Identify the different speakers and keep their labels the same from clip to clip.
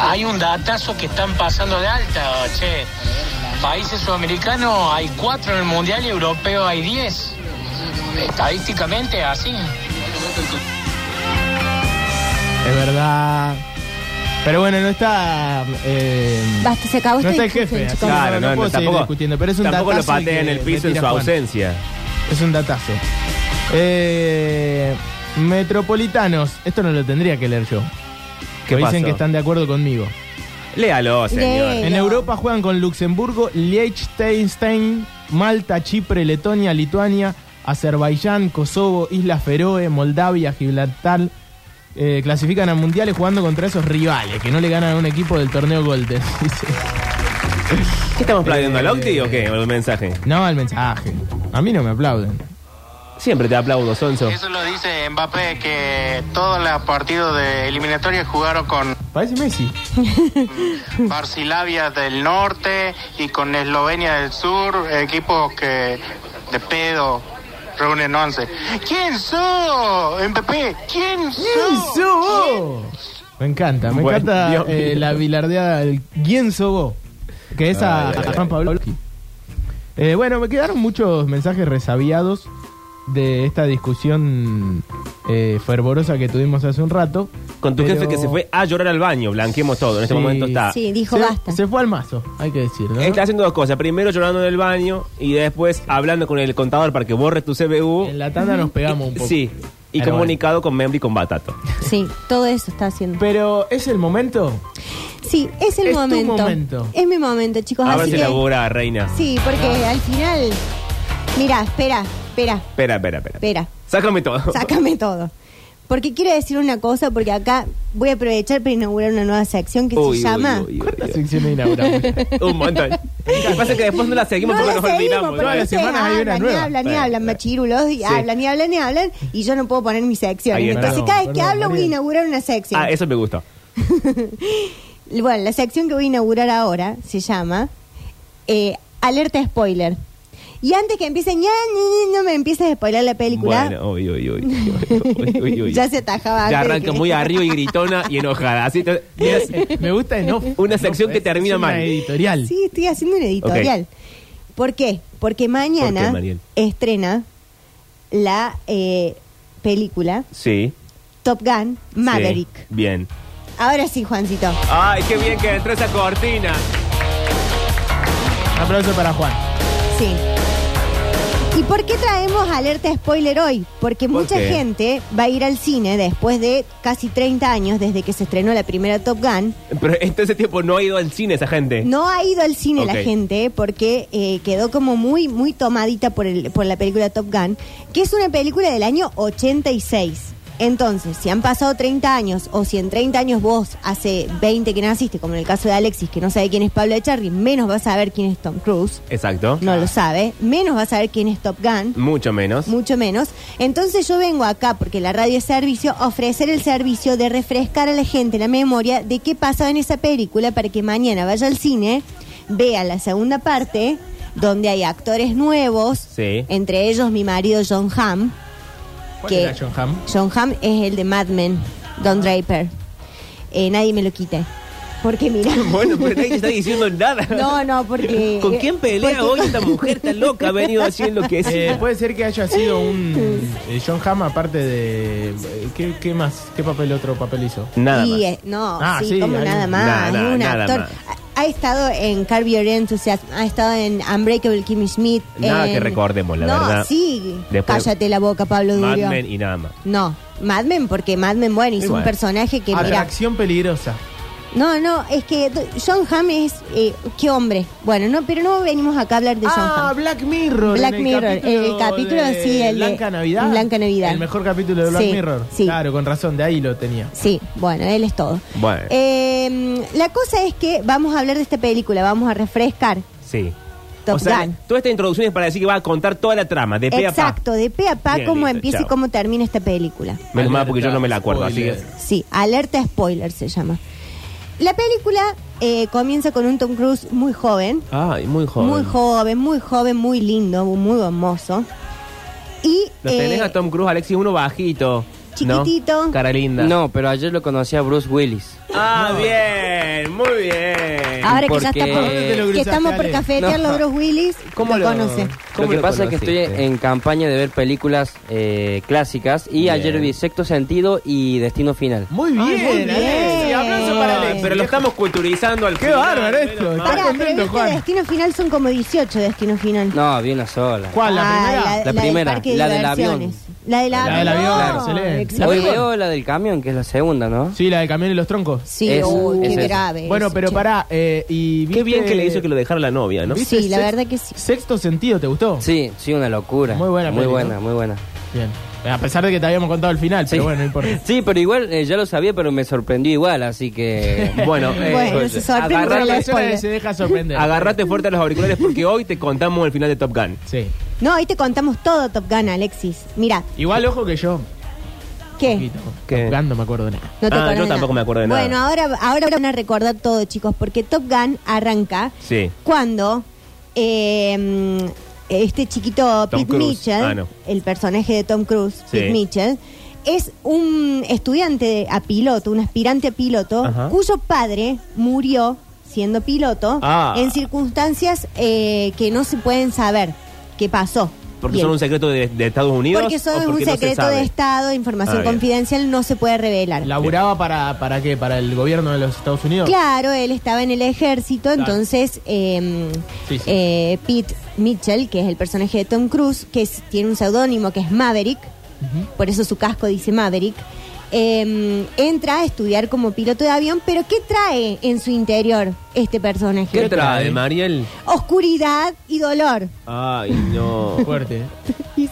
Speaker 1: Hay un datazo que están pasando de alta, che. Países sudamericanos hay cuatro en el mundial y europeo hay diez. Estadísticamente así.
Speaker 2: Es verdad. Pero bueno, no está. eh,
Speaker 3: Basta, se acabó este
Speaker 2: no está
Speaker 3: esta
Speaker 2: el jefe.
Speaker 3: discusión,
Speaker 2: así
Speaker 3: chicos.
Speaker 2: que
Speaker 4: Claro, no, no,
Speaker 2: puedo seguir
Speaker 4: tampoco,
Speaker 2: discutiendo. Pero es un
Speaker 4: tampoco lo
Speaker 2: datazo
Speaker 4: patea
Speaker 2: que
Speaker 4: en el
Speaker 2: me
Speaker 4: piso en
Speaker 2: tira
Speaker 4: su
Speaker 2: Juan.
Speaker 4: ausencia.
Speaker 2: Es un datazo. Eh, metropolitanos. Esto no lo tendría que leer yo. Que
Speaker 4: ¿Qué
Speaker 2: dicen
Speaker 4: pasó?
Speaker 2: que están de acuerdo conmigo.
Speaker 4: Léalo, señor.
Speaker 3: Lee.
Speaker 2: En
Speaker 3: Pero-
Speaker 2: Europa juegan con Luxemburgo, Liechtenstein, Malta, Chipre, Letonia, Lituania, Azerbaiyán, Kosovo, Islas Feroe, Moldavia, Gibraltar. Eh, clasifican a mundiales jugando contra esos rivales que no le ganan a un equipo del torneo Golden. dice.
Speaker 4: ¿Qué estamos plagiando al
Speaker 2: Eh,
Speaker 4: Auti o qué? ¿O el mensaje?
Speaker 2: No, el mensaje. A mí no me aplauden.
Speaker 4: Siempre te aplaudo, Sonso.
Speaker 5: Eso lo dice Mbappé, que todos los partidos de eliminatoria jugaron con
Speaker 2: Parece Messi.
Speaker 5: Barcilavia del norte y con Eslovenia del sur, equipos que de pedo reúnen 11. ¿Quién sos, Mbappé? ¿Quién sos?
Speaker 2: Me encanta, me
Speaker 4: Bueno,
Speaker 2: encanta
Speaker 4: Dios
Speaker 2: eh,
Speaker 4: mío.
Speaker 2: la bilardeada del ¿Quién sobó? Que es a,
Speaker 4: Ay, ay,
Speaker 2: a
Speaker 4: ay.
Speaker 2: Juan Pablo. Eh, bueno, me quedaron muchos mensajes resabiados de esta discusión eh, fervorosa que tuvimos hace un rato.
Speaker 4: Con tu
Speaker 2: Pero-
Speaker 4: jefe que se fue a llorar al baño, blanqueemos todo. En este
Speaker 2: Sí.
Speaker 4: momento está.
Speaker 3: Sí, dijo
Speaker 2: se,
Speaker 3: basta.
Speaker 2: Se fue al mazo, hay que decirlo. ¿no?
Speaker 4: Está haciendo dos cosas. Primero llorando en el baño y después hablando con el contador para que borre tu CBU.
Speaker 2: En la tanda nos pegamos un poco.
Speaker 4: Sí. Y
Speaker 2: Pero Pues
Speaker 4: comunicado con Membri y con Batato.
Speaker 3: Sí, todo eso está haciendo.
Speaker 2: bueno. Pero es el momento.
Speaker 3: Sí, es el
Speaker 2: Es tu
Speaker 3: momento.
Speaker 2: momento.
Speaker 3: Es mi momento, chicos.
Speaker 4: Ahora
Speaker 3: así
Speaker 4: se
Speaker 3: que.
Speaker 4: labura, reina.
Speaker 3: Sí,
Speaker 4: Ah.
Speaker 3: porque al final. Mira, espera, espera,
Speaker 4: Espera, espera, espera.
Speaker 3: espera.
Speaker 4: Sácame todo.
Speaker 3: Sácame todo. Porque quiero decir una cosa, porque acá voy a aprovechar para inaugurar una nueva sección que
Speaker 4: Uy, uy,
Speaker 3: se llama.
Speaker 4: uy, uy, uy.
Speaker 2: La sección inauguramos.
Speaker 4: Un montón. Lo que pasa es que después no la seguimos
Speaker 3: No
Speaker 4: porque
Speaker 3: la
Speaker 4: nos
Speaker 3: seguimos,
Speaker 4: olvidamos.
Speaker 3: porque
Speaker 2: Todas las
Speaker 3: ustedes
Speaker 2: semanas hay una
Speaker 3: hablan,
Speaker 2: nueva.
Speaker 3: Ni hablan, ni
Speaker 4: Bueno,
Speaker 3: hablan,
Speaker 4: bueno.
Speaker 3: machirulos, y
Speaker 4: Sí.
Speaker 3: hablan, y hablan, y hablan, y yo no puedo poner mi sección.
Speaker 4: Ahí está.
Speaker 3: Entonces,
Speaker 2: Perdón,
Speaker 3: cada vez que
Speaker 2: perdón,
Speaker 3: hablo, voy a
Speaker 2: Mariel.
Speaker 3: inaugurar una sección.
Speaker 4: Ah, eso me gustó.
Speaker 3: Bueno, la sección que voy a inaugurar ahora se llama eh, Alerta Spoiler. Y antes que empiecen, ya ni- ni- no me empieces a spoiler la película.
Speaker 4: Bueno, uy, uy, uy, uy, uy, uy, uy.
Speaker 3: Ya se atajaba
Speaker 4: Ya
Speaker 3: antes de
Speaker 4: arranca
Speaker 3: que-
Speaker 4: muy arriba y gritona y enojada. Así te- mira,
Speaker 2: me gusta en off.
Speaker 4: Una
Speaker 2: En
Speaker 4: sección
Speaker 2: off,
Speaker 4: que
Speaker 2: es-
Speaker 4: termina
Speaker 2: es una
Speaker 4: mal.
Speaker 2: editorial.
Speaker 3: Sí, estoy haciendo un editorial. ¿Por qué? Porque mañana
Speaker 4: Mariel?
Speaker 3: estrena la eh, película
Speaker 4: Sí.
Speaker 3: Top Gun Maverick.
Speaker 4: Sí, Bien.
Speaker 3: Ahora sí, Juancito.
Speaker 4: Ay, qué bien que entró esa cortina.
Speaker 2: Un aplauso para Juan.
Speaker 3: Sí. ¿Y por qué traemos alerta spoiler hoy? Porque
Speaker 4: ¿Por
Speaker 3: mucha
Speaker 4: qué?
Speaker 3: gente va a ir al cine después de casi 30 años desde que se estrenó la primera Top Gun.
Speaker 4: Pero en todo ese tiempo no ha ido al cine esa gente.
Speaker 3: No ha ido al cine la
Speaker 4: Eh. Ok.
Speaker 3: gente porque eh, quedó como muy, muy tomadita por, el, por la película Top Gun, que es una película del año 86. Entonces, si han pasado 30 años o si en 30 años vos hace 20 que naciste, como en el caso de Alexis, que no sabe quién es Pablo Echarri, menos vas a saber quién es Tom Cruise,
Speaker 4: Exacto.
Speaker 3: no lo sabe, menos vas a saber quién es Top Gun,
Speaker 4: Mucho menos.
Speaker 3: mucho menos. Entonces yo vengo acá, porque la radio es servicio, a ofrecer el servicio de refrescar a la gente la memoria de qué pasaba en esa película para que mañana vaya al cine, vea la segunda parte, donde hay actores nuevos,
Speaker 4: Sí.
Speaker 3: entre ellos mi marido John Hamm.
Speaker 2: ¿Cuál
Speaker 3: que-
Speaker 2: era John Hamm?
Speaker 3: John Hamm es el de Mad Men, Don Draper. Eh, nadie me lo quite. Porque mira...
Speaker 4: Bueno, pero nadie está diciendo nada.
Speaker 3: No, no, porque...
Speaker 4: ¿Con quién pelea
Speaker 3: porque-
Speaker 4: hoy esta mujer tan loca? Ha venido haciendo lo que es.
Speaker 2: Eh, puede ser que haya sido un eh, John Hamm aparte de eh, ¿qué, qué más qué papel otro papel hizo
Speaker 4: Nada
Speaker 3: Y,
Speaker 4: más.
Speaker 3: eh, no,
Speaker 2: Ah,
Speaker 3: sí,
Speaker 2: sí,
Speaker 3: como
Speaker 2: hay-
Speaker 3: nada más.
Speaker 4: Nada,
Speaker 3: es
Speaker 4: nada,
Speaker 3: un
Speaker 4: nada
Speaker 3: actor.
Speaker 4: más.
Speaker 3: Ha, ha estado en Curb Your Enthusiasm, ha estado en Unbreakable Kimmy Schmidt.
Speaker 4: Nada
Speaker 3: en-
Speaker 4: que recordemos, la
Speaker 3: no,
Speaker 4: verdad.
Speaker 3: sí.
Speaker 4: Después-
Speaker 3: Cállate la boca, Pablo
Speaker 4: Mad
Speaker 3: Durio.
Speaker 4: Men y nada más.
Speaker 3: No, Mad Men, porque Mad Men, bueno, hizo
Speaker 4: Igual.
Speaker 3: un personaje que, mira...
Speaker 2: atracción peligrosa
Speaker 3: No, no, es que do- John Hamm es... eh, qué hombre. Bueno, no, pero no venimos acá a hablar de John
Speaker 2: ah
Speaker 3: Hamm.
Speaker 2: Black Mirror en
Speaker 3: Black
Speaker 2: el
Speaker 3: Mirror,
Speaker 2: capítulo
Speaker 3: el capítulo,
Speaker 2: de
Speaker 3: sí, el de-
Speaker 2: Blanca Navidad
Speaker 3: Blanca Navidad.
Speaker 2: el mejor capítulo de Black
Speaker 3: Sí,
Speaker 2: Mirror
Speaker 3: sí.
Speaker 2: claro con razón de ahí lo tenía
Speaker 3: Sí, bueno, él es todo.
Speaker 4: Bueno.
Speaker 3: Eh, la cosa es que vamos a hablar de esta película, vamos a refrescar
Speaker 4: Sí.
Speaker 3: Top
Speaker 4: o sea,
Speaker 3: Gun.
Speaker 4: toda esta introducción es para decir que va a contar toda la trama, de pe a pa.
Speaker 3: Exacto, de pe a pa
Speaker 4: Bien,
Speaker 3: cómo
Speaker 4: listo,
Speaker 3: empieza y
Speaker 4: chao.
Speaker 3: cómo termina esta película.
Speaker 4: Menos mal porque yo no me la acuerdo, así
Speaker 2: Spoiler.
Speaker 4: que.
Speaker 3: Sí, alerta spoiler se llama. La película eh, comienza con un Tom Cruise muy joven,
Speaker 4: Ay, muy joven.
Speaker 3: muy joven, muy joven, muy lindo, muy hermoso. Y
Speaker 4: Lo tenés
Speaker 3: eh,
Speaker 4: a Tom Cruise, Alexis, uno bajito.
Speaker 3: chiquitito.
Speaker 4: No, cara linda.
Speaker 6: No, pero ayer lo conocí a Bruce Willis.
Speaker 4: Ah, bien, muy bien.
Speaker 3: Ahora que
Speaker 6: Porque-
Speaker 3: ya estamos,
Speaker 6: ¿Dónde
Speaker 2: lo
Speaker 6: te
Speaker 3: que
Speaker 2: cruzaste,
Speaker 3: estamos por
Speaker 2: Ale?
Speaker 3: cafetear
Speaker 6: No.
Speaker 3: los Bruce Willis, lo,
Speaker 4: ¿Cómo lo-
Speaker 3: conoce.
Speaker 4: ¿Cómo
Speaker 6: Lo que
Speaker 4: lo
Speaker 6: pasa es que estoy
Speaker 4: conociste?
Speaker 6: en campaña de ver películas eh, clásicas y ayer vi Sexto Sentido y Destino Final.
Speaker 2: Muy bien,
Speaker 3: Ay, muy
Speaker 2: Alexi,
Speaker 3: bien.
Speaker 2: aplauso para Alexi.
Speaker 4: Pero lo estamos culturizando al
Speaker 2: Qué
Speaker 4: final,
Speaker 2: bárbaro
Speaker 4: menos
Speaker 2: esto.
Speaker 4: mal.
Speaker 2: Está
Speaker 3: Pará, pero
Speaker 2: contento,
Speaker 3: viste,
Speaker 2: Juan.
Speaker 3: destino final son como 18 destino final.
Speaker 6: No, vi una sola.
Speaker 2: ¿Cuál? ¿La
Speaker 3: Ah,
Speaker 2: primera?
Speaker 6: La
Speaker 3: del
Speaker 6: primera,
Speaker 3: parque de
Speaker 6: la del
Speaker 3: diversiones.
Speaker 6: avión.
Speaker 3: La del avión.
Speaker 2: La del avión,
Speaker 3: Ah,
Speaker 2: excelente.
Speaker 6: Hoy
Speaker 3: excelente.
Speaker 6: veo la del camión, que es la segunda, ¿no?
Speaker 2: Sí, la de Camión y los Troncos.
Speaker 3: Sí,
Speaker 6: Esa,
Speaker 3: uy, qué
Speaker 6: esa es.
Speaker 3: grave.
Speaker 2: bueno,
Speaker 3: eso,
Speaker 2: pero
Speaker 3: che.
Speaker 2: pará, eh, y
Speaker 4: Qué bien
Speaker 2: viste-
Speaker 4: que le hizo que lo dejara la novia, ¿no?
Speaker 2: ¿viste
Speaker 3: Sí, la
Speaker 2: Sex-
Speaker 3: verdad que sí.
Speaker 2: Sexto sentido, ¿te gustó?
Speaker 6: Sí, sí, una locura.
Speaker 2: Muy buena
Speaker 6: Muy
Speaker 2: peli,
Speaker 6: buena,
Speaker 2: ¿no?
Speaker 6: muy buena.
Speaker 2: Bien. A pesar de que te habíamos contado el final,
Speaker 6: Sí.
Speaker 2: pero bueno, no importa. Este
Speaker 6: Sí, pero igual eh, ya lo sabía, pero me sorprendió igual, así que.
Speaker 4: Bueno, eh,
Speaker 3: Bueno, se sorprende
Speaker 4: agarrate-
Speaker 3: por
Speaker 2: Agarra
Speaker 3: el
Speaker 2: la persona que
Speaker 3: spoiler.
Speaker 2: se deja sorprender.
Speaker 4: agarrate fuerte a los auriculares porque hoy te contamos el final de Top Gun.
Speaker 2: Sí.
Speaker 3: No, hoy te contamos todo Top Gun, Alexis. Mira,
Speaker 2: Igual ojo que yo.
Speaker 3: ¿qué?
Speaker 2: Poquito.
Speaker 4: ¿Qué?
Speaker 2: Tocando, me acuerdo de nada.
Speaker 3: No te
Speaker 4: Ah,
Speaker 3: acordás
Speaker 4: yo
Speaker 3: de
Speaker 4: tampoco me acuerdo de nada.
Speaker 3: Bueno, ahora, ahora van a recordar todo, chicos, porque Top Gun arranca
Speaker 4: Sí.
Speaker 3: cuando eh, este chiquito
Speaker 4: Tom
Speaker 3: Pete
Speaker 4: Cruise.
Speaker 3: Mitchell,
Speaker 4: Ah, no.
Speaker 3: el personaje de Tom Cruise,
Speaker 4: Sí.
Speaker 3: Pete Mitchell, es un estudiante a piloto, un aspirante a piloto,
Speaker 4: Ajá.
Speaker 3: cuyo padre murió siendo piloto
Speaker 4: Ah.
Speaker 3: en circunstancias eh, que no se pueden saber qué pasó.
Speaker 4: Porque
Speaker 3: Y
Speaker 4: son
Speaker 3: él-
Speaker 4: un secreto de, de Estados Unidos.
Speaker 3: porque
Speaker 4: o
Speaker 3: son
Speaker 4: porque
Speaker 3: un
Speaker 4: no se
Speaker 3: secreto
Speaker 4: sabe?
Speaker 3: de Estado, información
Speaker 4: Ah, bien.
Speaker 3: confidencial no se puede revelar.
Speaker 2: ¿Laburaba para, para qué? ¿Para el gobierno de los Estados Unidos?
Speaker 3: Claro, él estaba en el ejército,
Speaker 2: Claro.
Speaker 3: entonces eh,
Speaker 2: Sí, sí.
Speaker 3: eh, Pete Mitchell, que es el personaje de Tom Cruise, que es- tiene un seudónimo que es Maverick,
Speaker 2: Ujú.
Speaker 3: por eso su casco dice Maverick, eh, entra a estudiar como piloto de avión, pero ¿qué trae en su interior este personaje?
Speaker 4: ¿Qué trae, Mariel?
Speaker 3: Oscuridad y dolor.
Speaker 4: Ay, no.
Speaker 2: Fuerte. ¿eh?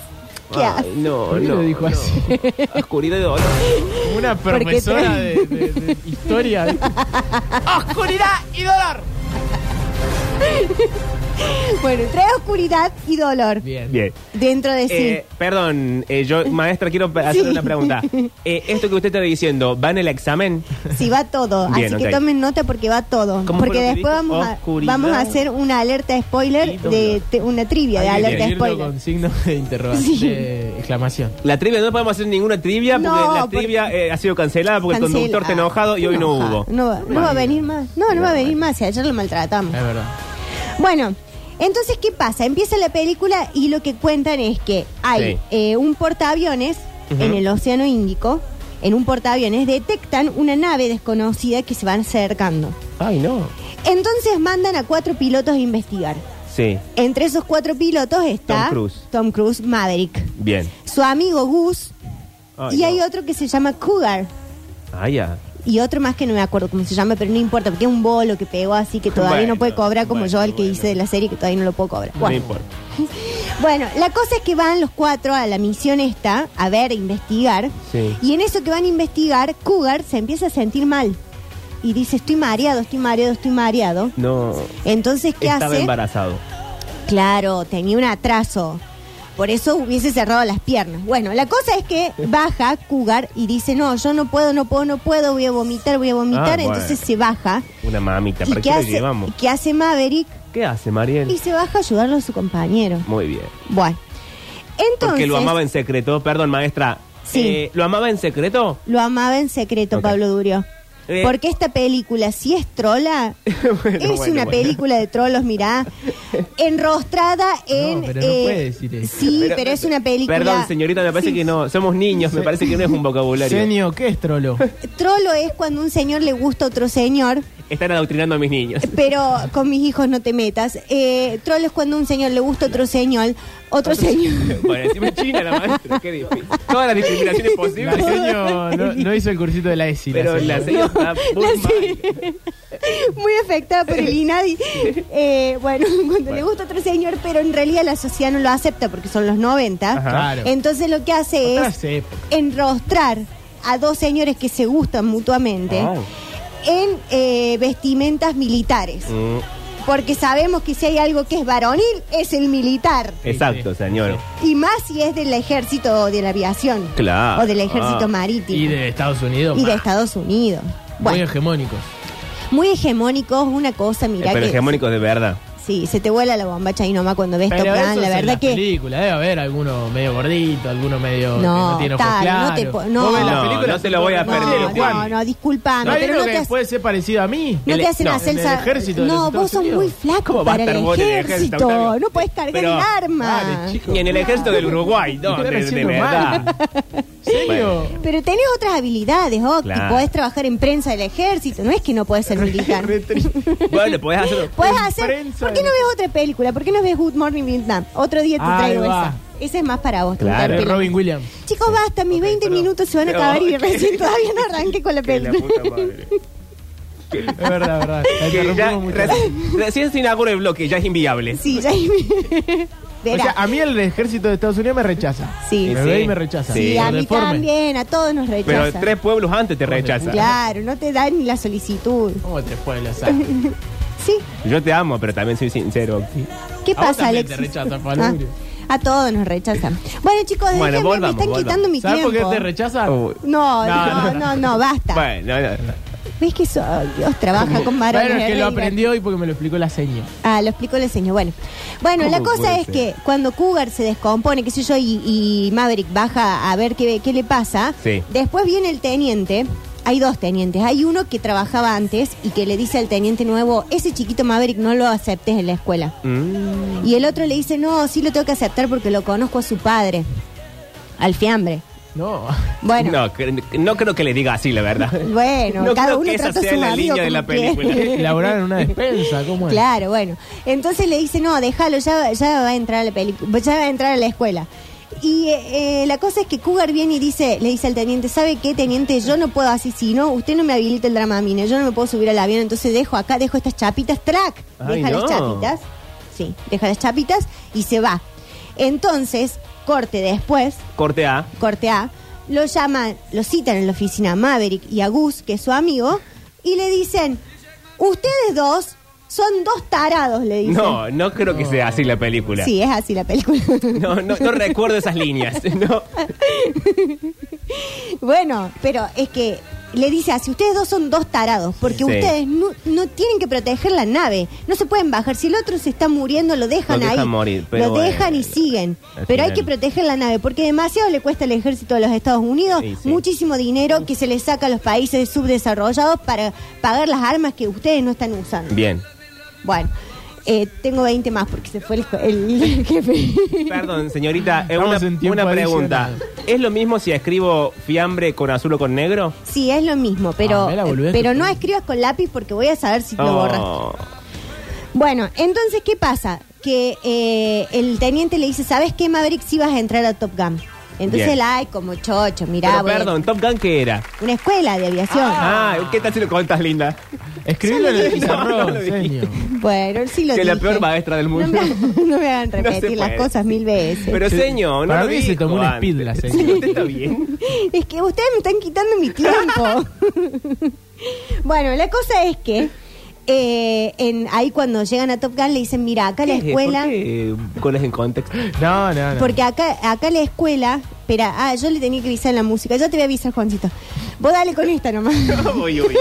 Speaker 3: ¿Qué hace?
Speaker 4: Ay, no,
Speaker 2: ¿Por qué
Speaker 4: no,
Speaker 2: lo dijo
Speaker 4: no.
Speaker 2: así?
Speaker 4: Oscuridad y dolor.
Speaker 2: Como Una
Speaker 3: Porque
Speaker 2: profesora
Speaker 3: te-
Speaker 2: de, de- de historia. ¿viste? ¡Oscuridad y dolor!
Speaker 3: Bueno, trae oscuridad y dolor
Speaker 2: Bien.
Speaker 4: Bien.
Speaker 3: dentro de sí.
Speaker 4: Eh, perdón, eh, yo, maestra, quiero pe- hacer una pregunta. Eh, esto que usted está diciendo, ¿va en el examen?
Speaker 3: Sí, va todo. Así
Speaker 4: Bien, ok.
Speaker 3: que tomen nota porque va todo.
Speaker 4: ¿Cómo
Speaker 3: Porque
Speaker 4: fue lo que
Speaker 3: después
Speaker 4: dijo?
Speaker 3: vamos a,
Speaker 4: Oscuridad.
Speaker 3: vamos a hacer una alerta spoiler,
Speaker 4: Lindo.
Speaker 3: de te- una trivia de
Speaker 2: Hay que
Speaker 3: alerta
Speaker 2: decirlo
Speaker 3: spoiler.
Speaker 2: con signo de interrogación,
Speaker 3: Sí.
Speaker 2: de exclamación.
Speaker 4: La trivia, no podemos hacer ninguna trivia porque
Speaker 3: No,
Speaker 4: la
Speaker 3: porque-
Speaker 4: trivia eh, ha sido cancelada porque el
Speaker 3: Cancela.
Speaker 4: conductor está enojado y hoy no
Speaker 3: Enoja.
Speaker 4: hubo.
Speaker 3: No, va- no va a venir más. No, no, va a venir más. Si ayer lo maltratamos.
Speaker 2: Es verdad.
Speaker 3: Bueno, entonces, ¿qué pasa? Empieza la película y lo que cuentan es que hay
Speaker 4: Sí.
Speaker 3: eh, un portaaviones en el Océano Índico. En un portaaviones detectan una nave desconocida que se van acercando.
Speaker 4: Ay, no.
Speaker 3: Entonces mandan a cuatro pilotos a investigar.
Speaker 4: Sí,
Speaker 3: Entre esos cuatro pilotos está
Speaker 4: Tom Cruise.
Speaker 3: Tom Cruise, Maverick,
Speaker 4: bien.
Speaker 3: su amigo Gus
Speaker 4: Ay,
Speaker 3: y hay
Speaker 4: no.
Speaker 3: otro que se llama Cougar
Speaker 4: Ah, ya.
Speaker 3: y otro más que no me acuerdo cómo se llama, pero no importa porque es un bolo que pegó así que todavía no
Speaker 4: Bueno,
Speaker 3: puede cobrar como
Speaker 4: bueno,
Speaker 3: yo el que
Speaker 4: bueno.
Speaker 3: hice de la serie que todavía no lo puedo cobrar.
Speaker 4: No
Speaker 3: Bueno,
Speaker 4: importa.
Speaker 3: bueno, la cosa es que van los cuatro a la misión esta, a ver, a investigar
Speaker 4: Sí.
Speaker 3: y en eso que van a investigar, Cougar se empieza a sentir mal y dice estoy mareado, estoy mareado, estoy mareado.
Speaker 4: No.
Speaker 3: Entonces, ¿qué
Speaker 4: Estaba
Speaker 3: hace?
Speaker 4: embarazado.
Speaker 3: Claro, tenía un atraso. Por eso hubiese cerrado las piernas. Bueno, la cosa es que baja Cougar y dice, no, yo no puedo, no puedo, no puedo, voy a vomitar, voy a vomitar.
Speaker 4: Ah,
Speaker 3: Entonces
Speaker 4: bueno.
Speaker 3: se baja.
Speaker 4: Una mamita,
Speaker 3: ¿Y
Speaker 4: ¿para
Speaker 3: qué
Speaker 4: qué la
Speaker 3: hace,
Speaker 4: llevamos?
Speaker 3: qué hace Maverick?
Speaker 4: ¿Qué hace,
Speaker 3: Y
Speaker 4: Mariel?
Speaker 3: se baja a ayudarlo a su compañero.
Speaker 4: Muy bien.
Speaker 3: Bueno, entonces...
Speaker 4: Porque lo amaba en secreto. Perdón, maestra.
Speaker 3: Sí.
Speaker 4: Eh, ¿Lo amaba en secreto?
Speaker 3: lo amaba en secreto,
Speaker 4: Ok.
Speaker 3: Pablo Durio.
Speaker 4: Eh.
Speaker 3: Porque esta película, si es trola, es
Speaker 4: bueno,
Speaker 3: una
Speaker 4: bueno.
Speaker 3: película de trolos, mirá, enrostrada en... eh,
Speaker 2: pero no puede decir eso.
Speaker 3: Sí, pero, es una película...
Speaker 4: Perdón, señorita, me parece
Speaker 3: Sí,
Speaker 4: que no. Somos niños, me parece que no es un vocabulario.
Speaker 2: Senio, ¿qué es trolo?
Speaker 3: Trolo es cuando un señor le gusta a otro señor,
Speaker 4: Están adoctrinando a mis niños.
Speaker 3: pero con mis hijos no te metas. Eh, trolo es cuando un señor le gusta a otro señor, otro señor.
Speaker 4: bueno, encima China la maestra, qué difícil. Todas las discriminaciones
Speaker 2: La
Speaker 4: posibles.
Speaker 2: senio no, no hizo el cursito de la ESI. la
Speaker 4: Pero
Speaker 2: senio.
Speaker 4: la señora está muy
Speaker 3: La
Speaker 4: mal.
Speaker 3: se- Muy afectada por el INADI. Eh, bueno, cuando le gusta a otro señor, pero en realidad la sociedad no lo acepta porque son los 90.
Speaker 4: Ajá.
Speaker 2: Claro.
Speaker 3: Entonces lo que hace
Speaker 2: Otras
Speaker 3: es
Speaker 2: épocas.
Speaker 3: enrostrar a dos señores que se gustan mutuamente
Speaker 4: Ay.
Speaker 3: en eh, vestimentas militares.
Speaker 4: Mm,
Speaker 3: Porque sabemos que si hay algo que es varonil, es el militar.
Speaker 4: Exacto, señor.
Speaker 3: Y más si es del ejército o de la aviación.
Speaker 4: Claro.
Speaker 3: O del ejército
Speaker 4: Ah.
Speaker 3: marítimo.
Speaker 2: Y de Estados Unidos.
Speaker 3: Y de
Speaker 2: más.
Speaker 3: Estados Unidos.
Speaker 2: Muy
Speaker 3: Bueno,
Speaker 2: hegemónicos.
Speaker 3: muy hegemónicos, una cosa, mira
Speaker 4: Eh, Pero
Speaker 3: que...
Speaker 4: hegemónicos de verdad.
Speaker 3: Sí, se te vuela la bombacha ahí nomás cuando ves
Speaker 2: Pero
Speaker 3: Top
Speaker 2: eso
Speaker 3: Gun, la
Speaker 2: es en
Speaker 3: verdad
Speaker 2: las
Speaker 3: que...
Speaker 2: películas, debe haber alguno medio gordito, alguno medio que
Speaker 3: No,
Speaker 2: no tiene ojos
Speaker 3: tal, no
Speaker 2: claros.
Speaker 3: te po- no.
Speaker 2: Vos ves las
Speaker 4: No,
Speaker 2: películas,
Speaker 4: no te lo voy a
Speaker 2: son todos
Speaker 4: perder,
Speaker 3: No,
Speaker 2: los Juan.
Speaker 3: no, no, disculpame,
Speaker 2: ¿No hay
Speaker 3: pero
Speaker 2: uno
Speaker 3: no
Speaker 2: que
Speaker 3: te, hace-
Speaker 2: puede ser parecido a mí?
Speaker 3: no te
Speaker 4: El-
Speaker 3: hacen
Speaker 4: no,
Speaker 3: hacer...
Speaker 2: en el
Speaker 3: sa-
Speaker 2: ejército de los
Speaker 3: no,
Speaker 2: Estados
Speaker 3: vos sos
Speaker 2: Unidos.
Speaker 3: muy flaco
Speaker 4: ¿Cómo va a
Speaker 3: para el
Speaker 4: estar vos en el ejército,
Speaker 3: ejército.
Speaker 4: Octavio?
Speaker 3: no podés cargar
Speaker 4: Pero-
Speaker 3: el arma.
Speaker 2: Dale, chico.
Speaker 4: Ni en el ejército del Uruguay, no,
Speaker 2: Estoy
Speaker 4: de, de
Speaker 2: haciendo
Speaker 4: verdad.
Speaker 2: mal. ¿En serio?
Speaker 3: Pero tenés otras habilidades, Octi.
Speaker 4: Claro.
Speaker 3: Podés trabajar en prensa del ejército. No es que no podés ser militar.
Speaker 2: Re triste.
Speaker 4: Bueno, podés hacerlo.
Speaker 3: Puedes
Speaker 2: En
Speaker 3: hacer.
Speaker 2: prensa
Speaker 3: ¿Por qué no
Speaker 2: del-
Speaker 3: ves otra película? ¿Por qué no ves Good Morning Vietnam? Otro día te
Speaker 2: Ahí
Speaker 3: traigo
Speaker 2: va.
Speaker 3: esa. Esa es más para vos.
Speaker 4: Claro,
Speaker 3: Tintán
Speaker 2: De
Speaker 3: Pila.
Speaker 2: Robin Williams.
Speaker 3: Chicos, basta, mis 20 minutos se van a
Speaker 4: pero-
Speaker 3: acabar y
Speaker 4: ¿qué?
Speaker 3: recién todavía no arranqué con la
Speaker 4: Que la puta
Speaker 3: película.
Speaker 4: madre.
Speaker 2: Es verdad, es verdad. La
Speaker 4: Que ya,
Speaker 2: interrumpimos mucho.
Speaker 4: reci- recién se inaugura el bloque, ya es inviable.
Speaker 3: sí, ya ahí me-
Speaker 2: O
Speaker 3: Verá.
Speaker 2: sea, a mí el ejército de Estados Unidos me rechaza.
Speaker 3: Sí.
Speaker 2: Me
Speaker 4: Sí.
Speaker 2: ve y me rechaza.
Speaker 3: Sí,
Speaker 4: Sí,
Speaker 3: a
Speaker 2: Lo
Speaker 3: mí
Speaker 2: deforme.
Speaker 3: también, a todos nos
Speaker 4: Pero
Speaker 3: rechazan.
Speaker 4: tres pueblos antes te rechazan.
Speaker 3: Claro, no te dan ni la solicitud.
Speaker 2: ¿Cómo te puede lazar? ¿Qué
Speaker 3: Sí.
Speaker 4: Yo te amo, pero también soy sincero.
Speaker 3: ¿Qué
Speaker 2: A vos
Speaker 3: pasa,
Speaker 2: también
Speaker 3: Alex?
Speaker 2: te rechazan, Palumbre.
Speaker 3: a todos nos rechazan. Bueno, chicos,
Speaker 4: Bueno,
Speaker 3: déjenme, me
Speaker 4: volvamos,
Speaker 3: están
Speaker 4: volvamos.
Speaker 3: quitando mi
Speaker 2: ¿Sabes
Speaker 3: tiempo.
Speaker 2: por qué te rechazan?
Speaker 4: Oh,
Speaker 2: No,
Speaker 3: no, no,
Speaker 2: no,
Speaker 3: no, no, basta.
Speaker 4: Bueno, no, no.
Speaker 3: ¿Ves que eso, Dios trabaja con varones?
Speaker 2: Bueno, es que lo
Speaker 3: Herrera?
Speaker 2: aprendió y porque me lo explicó la seña.
Speaker 3: Ah, lo explicó el señor. Bueno, bueno la
Speaker 4: ¿Cómo
Speaker 3: cosa
Speaker 4: puede
Speaker 3: es
Speaker 4: ser?
Speaker 3: que cuando Cougar se descompone, qué sé yo, y, y Maverick baja a ver qué, qué le pasa,
Speaker 4: Sí.
Speaker 3: después viene el teniente. Hay dos tenientes. Hay uno que trabajaba antes y que le dice al teniente nuevo, ese chiquito Maverick no lo aceptes en la escuela.
Speaker 4: Mm,
Speaker 3: Y el otro le dice, no, sí lo tengo que aceptar porque lo conozco a su padre, al fiambre.
Speaker 2: No.
Speaker 3: Bueno,
Speaker 4: No, cre- no creo que le diga así, la verdad.
Speaker 3: bueno,
Speaker 4: No
Speaker 3: cada
Speaker 4: creo
Speaker 3: uno
Speaker 4: que esa
Speaker 3: trata a
Speaker 4: sea
Speaker 3: su
Speaker 4: la
Speaker 3: amigo
Speaker 4: línea de
Speaker 3: como
Speaker 4: la película.
Speaker 3: quiere.
Speaker 2: Elaborar Eh, en una despensa, ¿cómo es?
Speaker 3: Claro, bueno. Entonces le dice, no, déjalo, ya, ya va a entrar a la película, ya va a entrar a la escuela. Y eh, eh, la cosa es que Cougar viene y dice, le dice al teniente, ¿sabe qué, teniente? Yo no puedo así, si no, usted no me habilita el dramamine, yo no me puedo subir al avión, entonces dejo acá, dejo estas chapitas, track,
Speaker 4: Ay,
Speaker 3: deja las
Speaker 4: no.
Speaker 3: chapitas, sí, deja las chapitas y se va. Entonces, corte después,
Speaker 4: Corte A.
Speaker 3: corte A, lo llaman, lo citan en la oficina a Maverick y a Gus, que es su amigo, y le dicen, ustedes dos son dos tarados, le dicen.
Speaker 4: No, no creo que sea así la película.
Speaker 3: Sí, es así la película.
Speaker 4: No, no, no recuerdo esas líneas. No.
Speaker 3: bueno, pero es que le dice así, ustedes dos son dos tarados, porque
Speaker 4: Sí.
Speaker 3: ustedes no, no tienen que proteger la nave, no se pueden bajar, si el otro se está muriendo, lo dejan
Speaker 4: Lo
Speaker 3: ahí,
Speaker 4: dejan morir, pero
Speaker 3: lo
Speaker 4: bueno, eh,
Speaker 3: dejan y siguen,
Speaker 4: al
Speaker 3: pero hay
Speaker 4: final.
Speaker 3: que proteger la nave, porque demasiado le cuesta al ejército de los Estados Unidos,
Speaker 4: Sí, sí.
Speaker 3: muchísimo dinero que se le saca a los países subdesarrollados para pagar las armas que ustedes no están usando.
Speaker 4: Bien.
Speaker 3: Bueno. eh, tengo 20 más porque se fue el, jo- el jefe.
Speaker 4: Perdón, señorita, eh, una,
Speaker 2: Estamos en tiempo
Speaker 4: una pregunta.
Speaker 2: adicional.
Speaker 4: ¿Es lo mismo si escribo fiambre con azul o con negro?
Speaker 3: Sí, es lo mismo, pero,
Speaker 2: Ah, me la boludez
Speaker 3: pero
Speaker 2: que
Speaker 3: no
Speaker 2: fue.
Speaker 3: escribas con lápiz porque voy a saber si lo
Speaker 4: Oh,
Speaker 3: borras. Bueno, entonces, ¿qué pasa? Que eh, el teniente le dice, ¿sabes qué, Maverick? Si vas a entrar a Top Gun. Entonces,
Speaker 4: Bien.
Speaker 3: él, ay, como chocho, mirá,
Speaker 4: Pero
Speaker 3: voy a-
Speaker 4: perdón, ¿Top Gun qué era?
Speaker 3: una escuela de aviación.
Speaker 4: Ah, ¿qué tal si lo contás, linda?
Speaker 2: Escribilo en el
Speaker 4: No, no
Speaker 2: pizarrón,
Speaker 4: lo
Speaker 2: seño.
Speaker 3: Bueno, sí lo
Speaker 4: Que la
Speaker 3: dije.
Speaker 4: peor maestra del mundo.
Speaker 3: No me, no me hagan
Speaker 4: No se
Speaker 3: repetir las
Speaker 4: puede.
Speaker 3: cosas mil veces.
Speaker 4: Pero, señor, no
Speaker 2: Para
Speaker 4: lo
Speaker 2: mí se
Speaker 4: dijo
Speaker 2: tomó un
Speaker 4: antes.
Speaker 2: speed la seño.
Speaker 4: ¿Usted está bien?
Speaker 3: Es que ustedes me están quitando mi tiempo. bueno, la cosa es que eh, en, ahí cuando llegan a Top Gun le dicen, mira, acá la
Speaker 4: ¿Qué es?
Speaker 3: escuela...
Speaker 4: ¿Por qué pones en contexto?
Speaker 2: No, no, no.
Speaker 3: Porque acá, acá la escuela. Espera, ah, yo le tenía que avisar en la música. Ya te voy a avisar, Juancito. Vos dale con esta nomás.
Speaker 4: Uy, uy, uy, uy.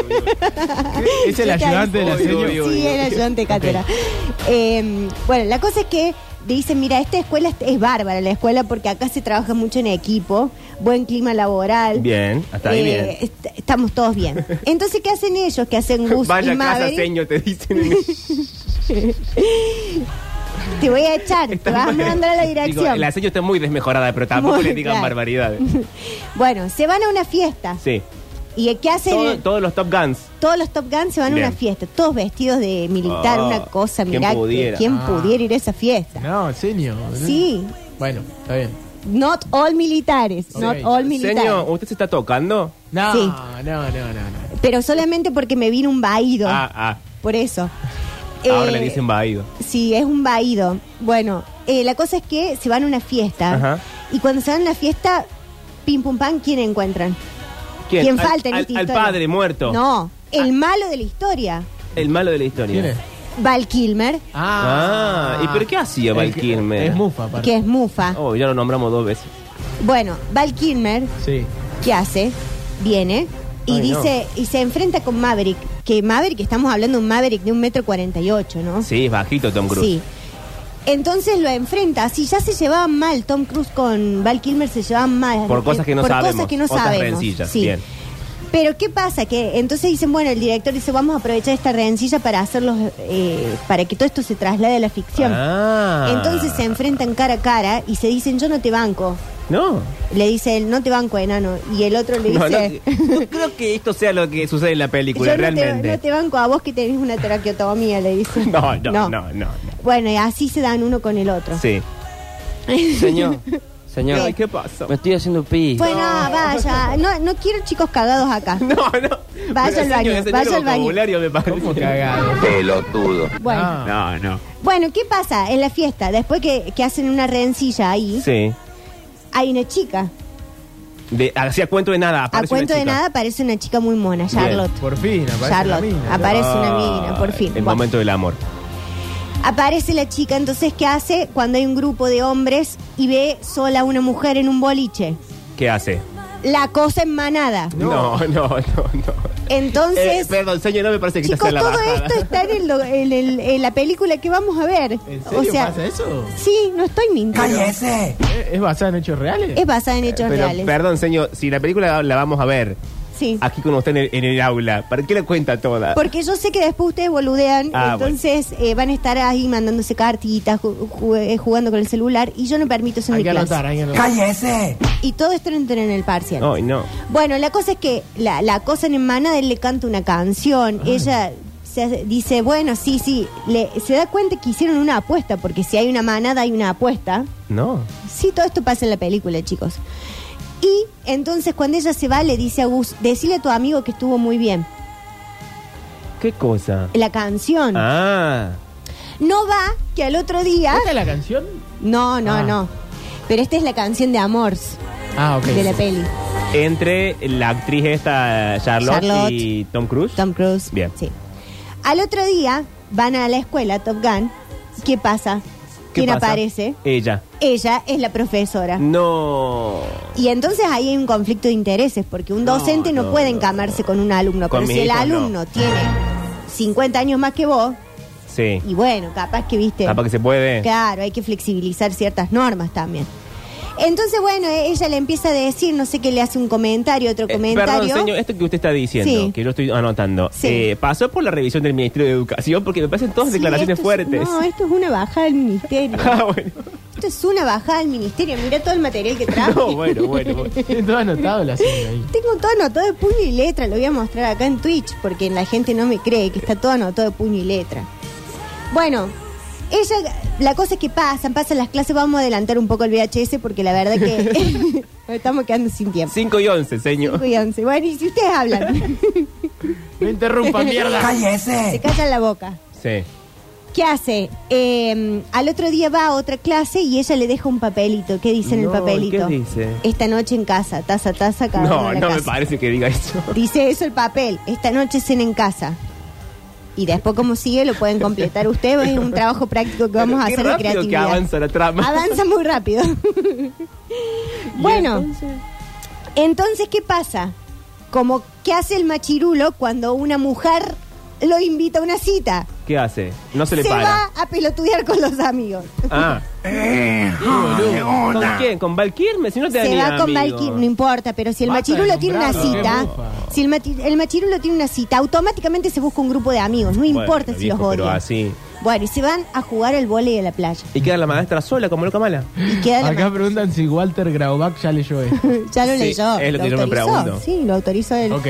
Speaker 2: es el
Speaker 3: Yo te
Speaker 2: ayudante de la
Speaker 4: aviso.
Speaker 2: seño.
Speaker 4: Obvio, obvio,
Speaker 3: Sí,
Speaker 4: obvio.
Speaker 3: era ayudante de cátedra. Eh, bueno, la cosa es que le dicen, mira, esta escuela es- es bárbara, la escuela, porque acá se trabaja mucho en equipo, buen clima laboral.
Speaker 4: Bien, hasta ahí
Speaker 3: Eh,
Speaker 4: bien.
Speaker 3: est- estamos todos bien. Entonces, ¿qué hacen ellos? ¿Qué hacen Gus
Speaker 4: Vaya
Speaker 3: y
Speaker 4: a casa,
Speaker 3: Maverick?
Speaker 4: señor, te dicen. en el-
Speaker 3: Te voy a echar, te vas a mandar a la
Speaker 4: Digo,
Speaker 3: dirección.
Speaker 4: la seño está muy desmejorada, pero tampoco
Speaker 3: Muy,
Speaker 4: le digan
Speaker 3: claro.
Speaker 4: barbaridades.
Speaker 3: Bueno, se van a una fiesta.
Speaker 4: Sí.
Speaker 3: ¿Y eh, qué hacen?
Speaker 4: Todo- todos los Top Guns.
Speaker 3: Todos los Top Gun se van a
Speaker 4: Bien.
Speaker 3: una fiesta, todos vestidos de militar,
Speaker 4: Ah,
Speaker 3: una cosa,
Speaker 4: ¿quién
Speaker 3: mirá, que-
Speaker 4: pudiera?
Speaker 3: ¿quién
Speaker 2: Ah.
Speaker 3: pudiera ir a esa fiesta?
Speaker 2: No, seño.
Speaker 3: Sí,
Speaker 2: Bueno, está bien.
Speaker 3: not all militares,
Speaker 2: Sí.
Speaker 3: not all militares.
Speaker 4: Señor, ¿usted se está tocando?
Speaker 2: No,
Speaker 3: Sí.
Speaker 2: no, no, no. no.
Speaker 3: Pero solamente porque me vino un vaído,
Speaker 4: Ah, ah.
Speaker 3: por eso.
Speaker 4: Ahora
Speaker 3: Eh,
Speaker 4: le dicen vaído.
Speaker 3: Sí, es un vaído. Bueno, eh, la cosa es que se van a una fiesta
Speaker 4: Ajá.
Speaker 3: y cuando se van a la fiesta, pim pum pam, ¿quién encuentran? ¿Quién,
Speaker 4: Al-
Speaker 3: falta en
Speaker 4: al,
Speaker 3: esta
Speaker 4: al
Speaker 3: historia?
Speaker 4: padre muerto. Ah.
Speaker 3: No, el malo de la historia,
Speaker 4: El malo de la historia.
Speaker 2: ¿Quién es?
Speaker 3: Val Kilmer,
Speaker 4: Ah, ¿y pero qué hacía Val
Speaker 2: El que-
Speaker 4: Kilmer?
Speaker 2: Es mufa, aparte.
Speaker 3: que es Mufa.
Speaker 4: Oh, ya lo nombramos dos veces.
Speaker 3: Bueno, Val Kilmer
Speaker 2: Sí.
Speaker 3: ¿Qué hace? Viene y
Speaker 4: Ay, no.
Speaker 3: dice y se enfrenta con Maverick que Maverick, estamos hablando de un Maverick de un metro cuarenta y ocho, ¿no?
Speaker 4: Sí, es bajito Tom Cruise.
Speaker 3: Sí. Entonces lo enfrenta. Si ya se llevaban mal, Tom Cruise con Val Kilmer se llevaban mal.
Speaker 4: Por cosas que no
Speaker 3: por
Speaker 4: sabemos.
Speaker 3: Cosas que no
Speaker 4: otras
Speaker 3: sabemos.
Speaker 4: rencillas.
Speaker 3: Sí.
Speaker 4: Bien.
Speaker 3: Pero ¿qué pasa? Que entonces dicen, bueno, el director dice, vamos a aprovechar esta rencilla para hacerlos, eh, para que todo esto se traslade a la ficción.
Speaker 4: Ah.
Speaker 3: Entonces se enfrentan cara a cara y se dicen, yo no te banco.
Speaker 4: No.
Speaker 3: Le dice él, no te banco, enano. Y el otro le
Speaker 4: No, no,
Speaker 3: dice,
Speaker 4: no creo que esto sea lo que sucede en la película,
Speaker 3: yo no te,
Speaker 4: realmente.
Speaker 3: no te banco a vos que tenés una traqueotomía, le dice.
Speaker 4: No, no, no, no, no.
Speaker 3: Bueno, y así se dan uno con el otro.
Speaker 4: Sí.
Speaker 6: Señor, señor.
Speaker 4: Ay, ¿qué pasó?
Speaker 2: Pues-
Speaker 6: Me estoy haciendo pis.
Speaker 3: Bueno, ah, vaya, no, no quiero chicos cagados acá.
Speaker 4: No, no.
Speaker 3: Vaya al
Speaker 4: Pero,
Speaker 3: baño,
Speaker 4: señor, señor,
Speaker 3: vaya al baño.
Speaker 4: vocabulario me parece.
Speaker 2: ¿Cómo cagado?
Speaker 3: Bueno,
Speaker 2: Ah.
Speaker 4: No, no.
Speaker 3: bueno, ¿qué pasa en la fiesta? Después que, que hacen una rencilla ahí,
Speaker 4: Sí.
Speaker 3: hay una chica.
Speaker 4: De, hacía cuento de nada.
Speaker 3: A
Speaker 4: aparece una
Speaker 3: cuento de
Speaker 4: chica.
Speaker 3: nada aparece una chica muy mona, Charlotte.
Speaker 2: Por fin, aparece
Speaker 3: Charlotte,
Speaker 2: la mina.
Speaker 3: aparece una mina, por fin.
Speaker 4: Ah, El
Speaker 3: Bueno.
Speaker 4: momento del amor.
Speaker 3: Aparece la chica, entonces, ¿qué hace cuando hay un grupo de hombres y ve sola a una mujer en un boliche?
Speaker 4: ¿Qué hace?
Speaker 3: La cosa en manada.
Speaker 4: No, no, no, no. Eh,
Speaker 3: Entonces,
Speaker 4: perdón, señor, no me parece que
Speaker 3: chicos,
Speaker 4: esta sea la
Speaker 3: todo
Speaker 4: bajada.
Speaker 3: esto está en, el do- en el- en la película que vamos a ver.
Speaker 2: ¿En serio
Speaker 3: o sea,
Speaker 2: pasa eso?
Speaker 3: sí, no estoy mintiendo.
Speaker 2: ¿Eh, ¿Es basada en hechos reales?
Speaker 3: Es basada en hechos
Speaker 4: Eh, Pero,
Speaker 3: reales.
Speaker 4: perdón, señor, si la película la vamos a ver
Speaker 3: Sí.
Speaker 4: aquí con usted en el, en el aula, ¿para qué la cuenta toda?
Speaker 3: Porque yo sé que después ustedes boludean,
Speaker 4: Ah,
Speaker 3: entonces eh, van a estar ahí mandándose cartitas, ju- ju- eh, jugando con el celular, y yo no permito eso en
Speaker 2: Hay
Speaker 3: mi
Speaker 2: que
Speaker 3: clase.
Speaker 2: anotar, hay que anotar.
Speaker 3: Y todo esto no entra en el parcial.
Speaker 4: Ay, no.
Speaker 3: Bueno, la cosa es que la, la cosa en Manada, él le canta una canción, ella se hace- dice, bueno, sí, sí, le, se da cuenta que hicieron una apuesta, porque si hay una manada hay una apuesta.
Speaker 4: No.
Speaker 3: Sí, todo esto pasa en la película, chicos. Y entonces cuando ella se va, le dice a Gus, decile a tu amigo que estuvo muy bien.
Speaker 4: ¿Qué cosa?
Speaker 3: La canción.
Speaker 4: Ah.
Speaker 3: No va que al otro día.
Speaker 2: ¿Esta es la canción?
Speaker 3: No, no,
Speaker 2: Ah.
Speaker 3: no. Pero esta es la canción de Amors
Speaker 2: Ah, ok.
Speaker 3: de la peli.
Speaker 4: Entre la actriz esta, Charlotte,
Speaker 3: Charlotte.
Speaker 4: y Tom Cruise.
Speaker 3: Tom Cruise.
Speaker 4: Bien.
Speaker 3: Sí. Al otro día van a la escuela Top Gun. ¿Qué pasa?
Speaker 4: ¿Qué
Speaker 3: ¿Quién
Speaker 4: pasa? Mm.
Speaker 3: aparece?
Speaker 4: Ella.
Speaker 3: Ella es la profesora.
Speaker 4: No.
Speaker 3: Y entonces ahí hay un conflicto de intereses, porque un docente no,
Speaker 4: no,
Speaker 3: puede
Speaker 4: no,
Speaker 3: encamarse con un alumno.
Speaker 4: Con
Speaker 3: pero
Speaker 4: mi
Speaker 3: si el
Speaker 4: hijo, no.
Speaker 3: alumno tiene 50 años más que vos,
Speaker 4: Sí.
Speaker 3: y bueno, capaz que viste.
Speaker 4: Capaz que se puede.
Speaker 3: Claro, hay que flexibilizar ciertas normas también. Entonces, bueno, e- ella le empieza a decir, no sé qué, le hace un comentario, otro
Speaker 4: Eh,
Speaker 3: comentario.
Speaker 4: Perdón, señor, esto que usted está diciendo,
Speaker 3: Sí.
Speaker 4: que yo estoy anotando,
Speaker 3: Sí.
Speaker 4: eh, pasó por la revisión del Ministerio de Educación porque me parecen todas
Speaker 3: Sí,
Speaker 4: declaraciones
Speaker 3: esto es-
Speaker 4: fuertes.
Speaker 3: no, esto es una bajada del ministerio.
Speaker 4: Ah, bueno.
Speaker 3: esto es una bajada del ministerio. Mira todo el material que traje.
Speaker 4: No, bueno, bueno, bueno.
Speaker 2: Tiene todo anotado la señora ahí.
Speaker 3: Tengo todo anotado de puño y letra, lo voy a mostrar acá en Twitch porque la gente no me cree que está todo anotado de puño y letra. Bueno, ella, la cosa es que pasan, pasan las clases, vamos a adelantar un poco el VHS porque la verdad que nos estamos quedando sin tiempo.
Speaker 4: 5 y 11, señor.
Speaker 3: Cuídense. Bueno, y si ustedes hablan,
Speaker 2: No interrumpa, mierda.
Speaker 3: se callan la boca.
Speaker 4: Sí.
Speaker 3: ¿Qué hace? Eh, al otro día va a otra clase y ella le deja un papelito. ¿Qué dice en el
Speaker 4: No, ¿y
Speaker 3: papelito?
Speaker 4: qué dice?
Speaker 3: Esta noche en casa, taza, taza, cada uno
Speaker 4: No,
Speaker 3: en la
Speaker 4: no me
Speaker 3: casa.
Speaker 4: parece que diga eso.
Speaker 3: Dice eso el papel. Esta noche cena en casa. Y después, como sigue, lo pueden completar ustedes. Es un trabajo práctico que vamos a
Speaker 4: Qué
Speaker 3: hacer de
Speaker 4: rápido que
Speaker 3: creatividad.
Speaker 4: avanza la trama.
Speaker 3: Avanza muy rápido. bueno, entonces, ¿qué pasa? Como, ¿qué hace el machirulo cuando una mujer lo invita a una cita?
Speaker 4: ¿Qué hace? No se le para.
Speaker 3: va a pelotudear con los amigos.
Speaker 4: Ah. ¿Con quién? ¿Con Valkyrie? Si no
Speaker 3: Se
Speaker 4: te haría
Speaker 3: va con
Speaker 4: amigo.
Speaker 3: Valkyrie, no importa, pero si el
Speaker 2: Basta de
Speaker 3: machirulo tiene una
Speaker 2: nombrarlo,
Speaker 3: cita,
Speaker 2: qué mofa.
Speaker 3: si el, mati- el machirulo tiene una cita, automáticamente se busca un grupo de amigos, no
Speaker 4: Bueno,
Speaker 3: importa si
Speaker 4: viejo,
Speaker 3: los
Speaker 4: Pero
Speaker 3: odia.
Speaker 4: así.
Speaker 3: Bueno, y se van a jugar al vóley de la playa.
Speaker 4: Y queda la maestra sola como loca mala.
Speaker 3: Y queda la
Speaker 2: Acá
Speaker 3: ma-
Speaker 2: preguntan si Walter Graubach ya leyó esto.
Speaker 3: Ya lo
Speaker 4: Sí,
Speaker 3: leyó.
Speaker 4: es lo que yo me
Speaker 3: autorizó,
Speaker 4: pregunto.
Speaker 3: Sí, lo autorizó él.
Speaker 2: Ok.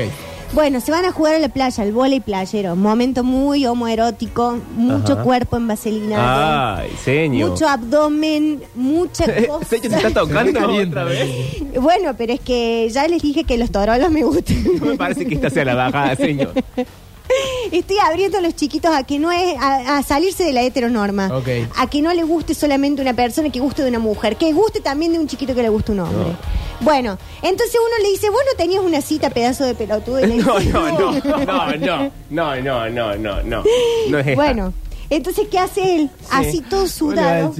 Speaker 3: Bueno, se van a jugar a la playa, al vóley playero. Momento muy homoerótico, mucho
Speaker 4: Ajá. Ah,
Speaker 3: cuerpo en vaselina.
Speaker 4: Ay, señor.
Speaker 3: Mucho abdomen, mucha cosa.
Speaker 4: Señor, ¿te está tocando otra vez?
Speaker 3: Bueno, pero es que ya les dije que los torolos me gustan.
Speaker 4: No me parece que esta sea la bajada, señor.
Speaker 3: Estoy abriendo a los chiquitos a que no es a, a salirse de la heteronorma.
Speaker 2: Ok.
Speaker 3: A que no le guste solamente una persona, que guste de una mujer, que guste también de un chiquito que le guste un hombre.
Speaker 4: No.
Speaker 3: Bueno, entonces uno le dice, vos no tenías una cita, pedazo de pelotudo. Y le dice,
Speaker 4: No, no, no, no, no, no, no, no, no, no es esta.
Speaker 3: Bueno, Entonces, ¿qué hace él? Así todo sudado.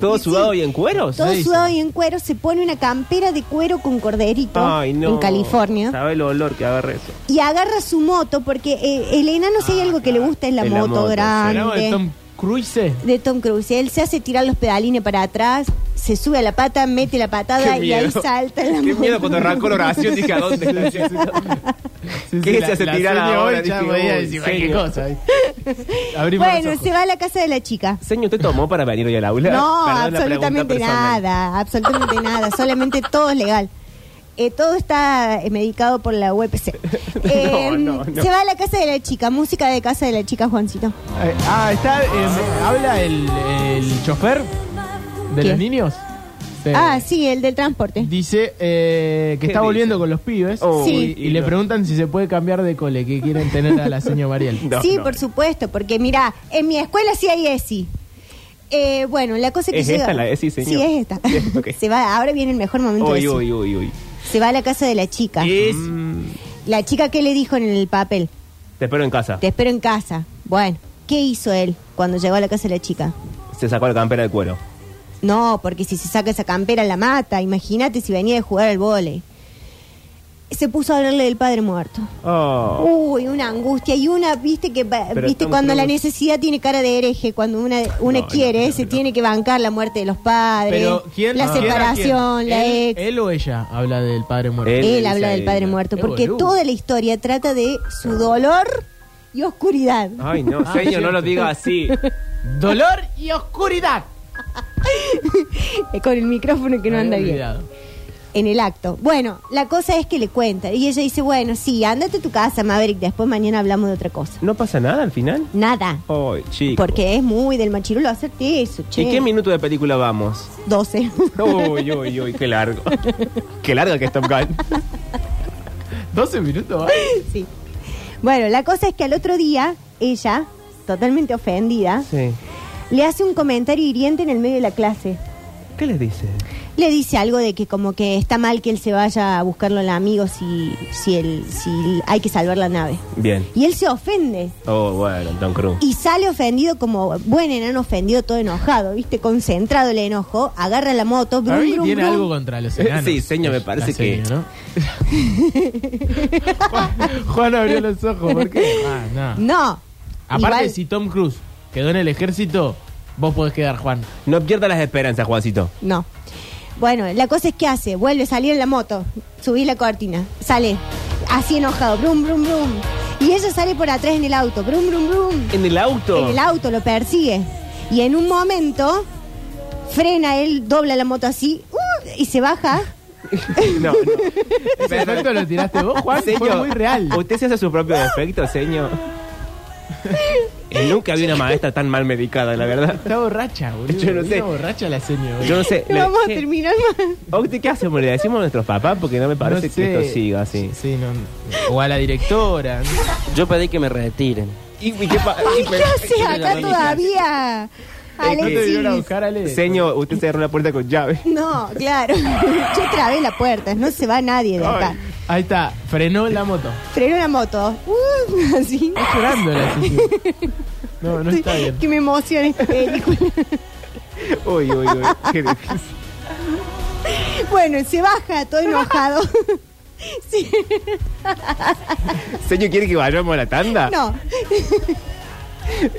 Speaker 4: Todo sudado y en cueros.
Speaker 3: Todo
Speaker 2: dice.
Speaker 3: sudado y en cuero, se pone una campera de cuero con corderito
Speaker 4: Ay, no. Ah.
Speaker 3: en California.
Speaker 4: ¿Sabe el olor que agarra eso?
Speaker 3: Y agarra su moto, porque eh, el enano, si hay algo que le gusta, es la,
Speaker 4: Ah, es la
Speaker 3: moto,
Speaker 4: moto,
Speaker 3: grande.
Speaker 2: Esperaba de Tom Cruise.
Speaker 3: de Tom Cruise. Él se hace tirar los pedalines para atrás, se sube a la pata, mete la patada y ahí salta en la
Speaker 4: Qué
Speaker 3: moto.
Speaker 4: miedo cuando arrancó la oración. Dije, ¿a dónde está ese ¿Qué se hace tirar
Speaker 2: sueño
Speaker 4: ahora?
Speaker 2: hoy, ya
Speaker 4: Dije,
Speaker 2: voy a
Speaker 4: uy,
Speaker 2: decir, "Ay,
Speaker 4: en
Speaker 2: qué
Speaker 4: serio".
Speaker 2: cosa. eh. Abrimos
Speaker 3: Bueno,
Speaker 2: los ojos.
Speaker 3: se va a la casa de la chica.
Speaker 4: Señor, ¿usted tomó para venir hoy al aula?
Speaker 3: No,
Speaker 4: Perdón la pregunta
Speaker 3: absolutamente
Speaker 4: personal.
Speaker 3: nada, absolutamente nada, solamente todo es legal. Eh, todo está eh, medicado por la UPC. Eh,
Speaker 4: no, no.
Speaker 3: Se va a la casa de la chica, música de casa de la chica, Juancito.
Speaker 2: Eh, ah, está. eh, me- habla el, el chofer de
Speaker 3: ¿Qué?
Speaker 2: los niños. Eh,
Speaker 3: Ah, sí, el del transporte.
Speaker 2: Dice eh, que
Speaker 4: ¿Qué
Speaker 2: está
Speaker 4: dice?
Speaker 2: volviendo con los pibes.
Speaker 4: Oh,
Speaker 3: Sí.
Speaker 2: Y le preguntan si se puede cambiar de cole, que quieren tener a la señora Mariel.
Speaker 4: No,
Speaker 3: sí,
Speaker 4: no.
Speaker 3: por supuesto, porque mira, en mi escuela sí hay ESI. Eh, bueno, la cosa que
Speaker 4: ¿Es
Speaker 3: se
Speaker 4: esta
Speaker 3: va-
Speaker 4: la ESI, señor?
Speaker 3: Sí, es esta.
Speaker 4: Bien, ok.
Speaker 3: se va, ahora viene el mejor momento. de
Speaker 4: Uy,
Speaker 3: eso.
Speaker 4: uy, uy, uy.
Speaker 3: Se va a la casa de la chica.
Speaker 4: Es-
Speaker 3: La chica que le dijo en el papel,
Speaker 4: Te espero en casa.
Speaker 3: te espero en casa. Bueno, ¿qué hizo él cuando llegó a la casa de la chica?
Speaker 4: Se sacó la campera de cuero.
Speaker 3: No, porque si se saca esa campera la mata. Imagínate si venía de jugar al vole. Se puso a hablarle del padre muerto.
Speaker 4: Oh.
Speaker 3: Uy, una angustia y una, viste que va-
Speaker 4: Pero
Speaker 3: viste
Speaker 4: Tom
Speaker 3: cuando la
Speaker 4: Cruise-
Speaker 3: necesidad tiene cara de hereje, cuando una una
Speaker 4: No,
Speaker 3: quiere,
Speaker 4: no, no,
Speaker 3: se
Speaker 4: no.
Speaker 3: tiene que bancar la muerte de los padres,
Speaker 2: Pero ¿quién?
Speaker 3: la
Speaker 2: ah,
Speaker 3: separación,
Speaker 2: ¿quién?
Speaker 3: la
Speaker 2: ¿Él-
Speaker 3: ex. Él,
Speaker 2: Él o ella habla del padre muerto.
Speaker 4: Él. dice
Speaker 3: habla
Speaker 4: a
Speaker 3: del
Speaker 4: ella.
Speaker 3: padre muerto,
Speaker 2: Qué
Speaker 3: porque
Speaker 2: boludo.
Speaker 3: toda la historia trata de su dolor y oscuridad.
Speaker 4: Ay, no,
Speaker 2: Ah,
Speaker 4: señor, no
Speaker 2: cierto.
Speaker 4: lo diga así.
Speaker 2: Dolor y oscuridad.
Speaker 3: Eh, Con el micrófono que no
Speaker 2: Había
Speaker 3: anda bien.
Speaker 2: olvidado.
Speaker 3: en el acto. Bueno, la cosa es que le cuenta. Y ella dice, bueno, sí, ándate a tu casa, Maverick, después mañana hablamos de otra cosa.
Speaker 4: ¿No pasa nada al final?
Speaker 3: Nada.
Speaker 4: Ay, chico.
Speaker 3: Porque es muy del machirulo hacerte eso, che.
Speaker 4: ¿En qué minuto de película vamos?
Speaker 3: 12.
Speaker 4: Uy, uy, uy, qué largo. qué largo que es Top Gun.
Speaker 2: 12 minutos. ¿eh?
Speaker 3: sí. Bueno, la cosa es que al otro día, ella, totalmente ofendida,
Speaker 4: Sí.
Speaker 3: le hace un comentario hiriente en el medio de la clase.
Speaker 4: ¿Qué les dice?
Speaker 3: Le dice algo de que como que está mal que él se vaya a buscarlo al amigo si, si, él, si hay que salvar la nave.
Speaker 4: Bien.
Speaker 3: Y él se ofende.
Speaker 4: Oh, bueno, Tom Cruise.
Speaker 3: Y sale ofendido como buen enano ofendido, todo enojado, ¿viste? Concentrado el enojo, agarra la moto, brum,
Speaker 2: Para mí
Speaker 3: brum,
Speaker 2: tiene
Speaker 3: brum.
Speaker 2: algo contra los enanos.
Speaker 4: Sí, señor, me
Speaker 2: La
Speaker 4: parece
Speaker 2: seño,
Speaker 4: que-
Speaker 2: ¿no? Juan, Juan abrió los ojos, ¿por qué? Ah, no.
Speaker 3: No.
Speaker 2: Aparte,
Speaker 3: Igual-
Speaker 2: si Tom Cruise quedó en el ejército, vos podés quedar, Juan.
Speaker 4: No pierdas las esperanzas, Juancito.
Speaker 3: No. Bueno, la cosa es que hace, vuelve a salir en la moto, subí la cortina, sale así enojado, brum, brum, brum. Y ella sale por atrás en el auto, brum, brum, brum.
Speaker 4: ¿En el auto?
Speaker 3: En el auto lo persigue. Y en un momento frena él, dobla la moto así ¡uh! y se baja.
Speaker 4: No, no.
Speaker 2: Ese efecto lo tiraste vos, Juan. Fue
Speaker 4: Señor,
Speaker 2: muy real.
Speaker 4: ¿Usted se hace su propio defecto, señor? Eh, Nunca había una maestra tan mal medicada, la verdad.
Speaker 2: Está borracha, boludo.
Speaker 4: Yo no
Speaker 2: Está
Speaker 4: sé.
Speaker 2: borracha la señora.
Speaker 4: Yo no sé. le-
Speaker 3: Vamos a
Speaker 4: che,
Speaker 3: terminar mal.
Speaker 4: Octi, ¿qué hacemos? ¿Le decimos a nuestros papás? Porque no me parece que esto siga así.
Speaker 2: Sí, no. O a la directora. ¿no?
Speaker 6: Yo pedí que me retiren.
Speaker 4: ¿Y, y qué pa- y-
Speaker 3: ¿Qué haces
Speaker 6: la
Speaker 3: acá
Speaker 6: verdad.
Speaker 3: todavía?
Speaker 2: ¿No te
Speaker 3: Alexis.
Speaker 2: vinieron a buscar, Ale?
Speaker 4: Señor, usted cerró la puerta con llave.
Speaker 3: No, claro. Yo trabé la puerta, no se va nadie de acá.
Speaker 2: Ahí está, frenó la moto.
Speaker 3: Frenó la moto. Uh, así.
Speaker 2: Está llorando la señora. No, no está bien.
Speaker 3: Que me Eh, emociona esta película.
Speaker 4: Uy, uy, uy. Qué difícil.
Speaker 3: Bueno, se baja todo enojado. Sí,
Speaker 4: Señor, ¿quiere que vayamos a la tanda?
Speaker 3: no,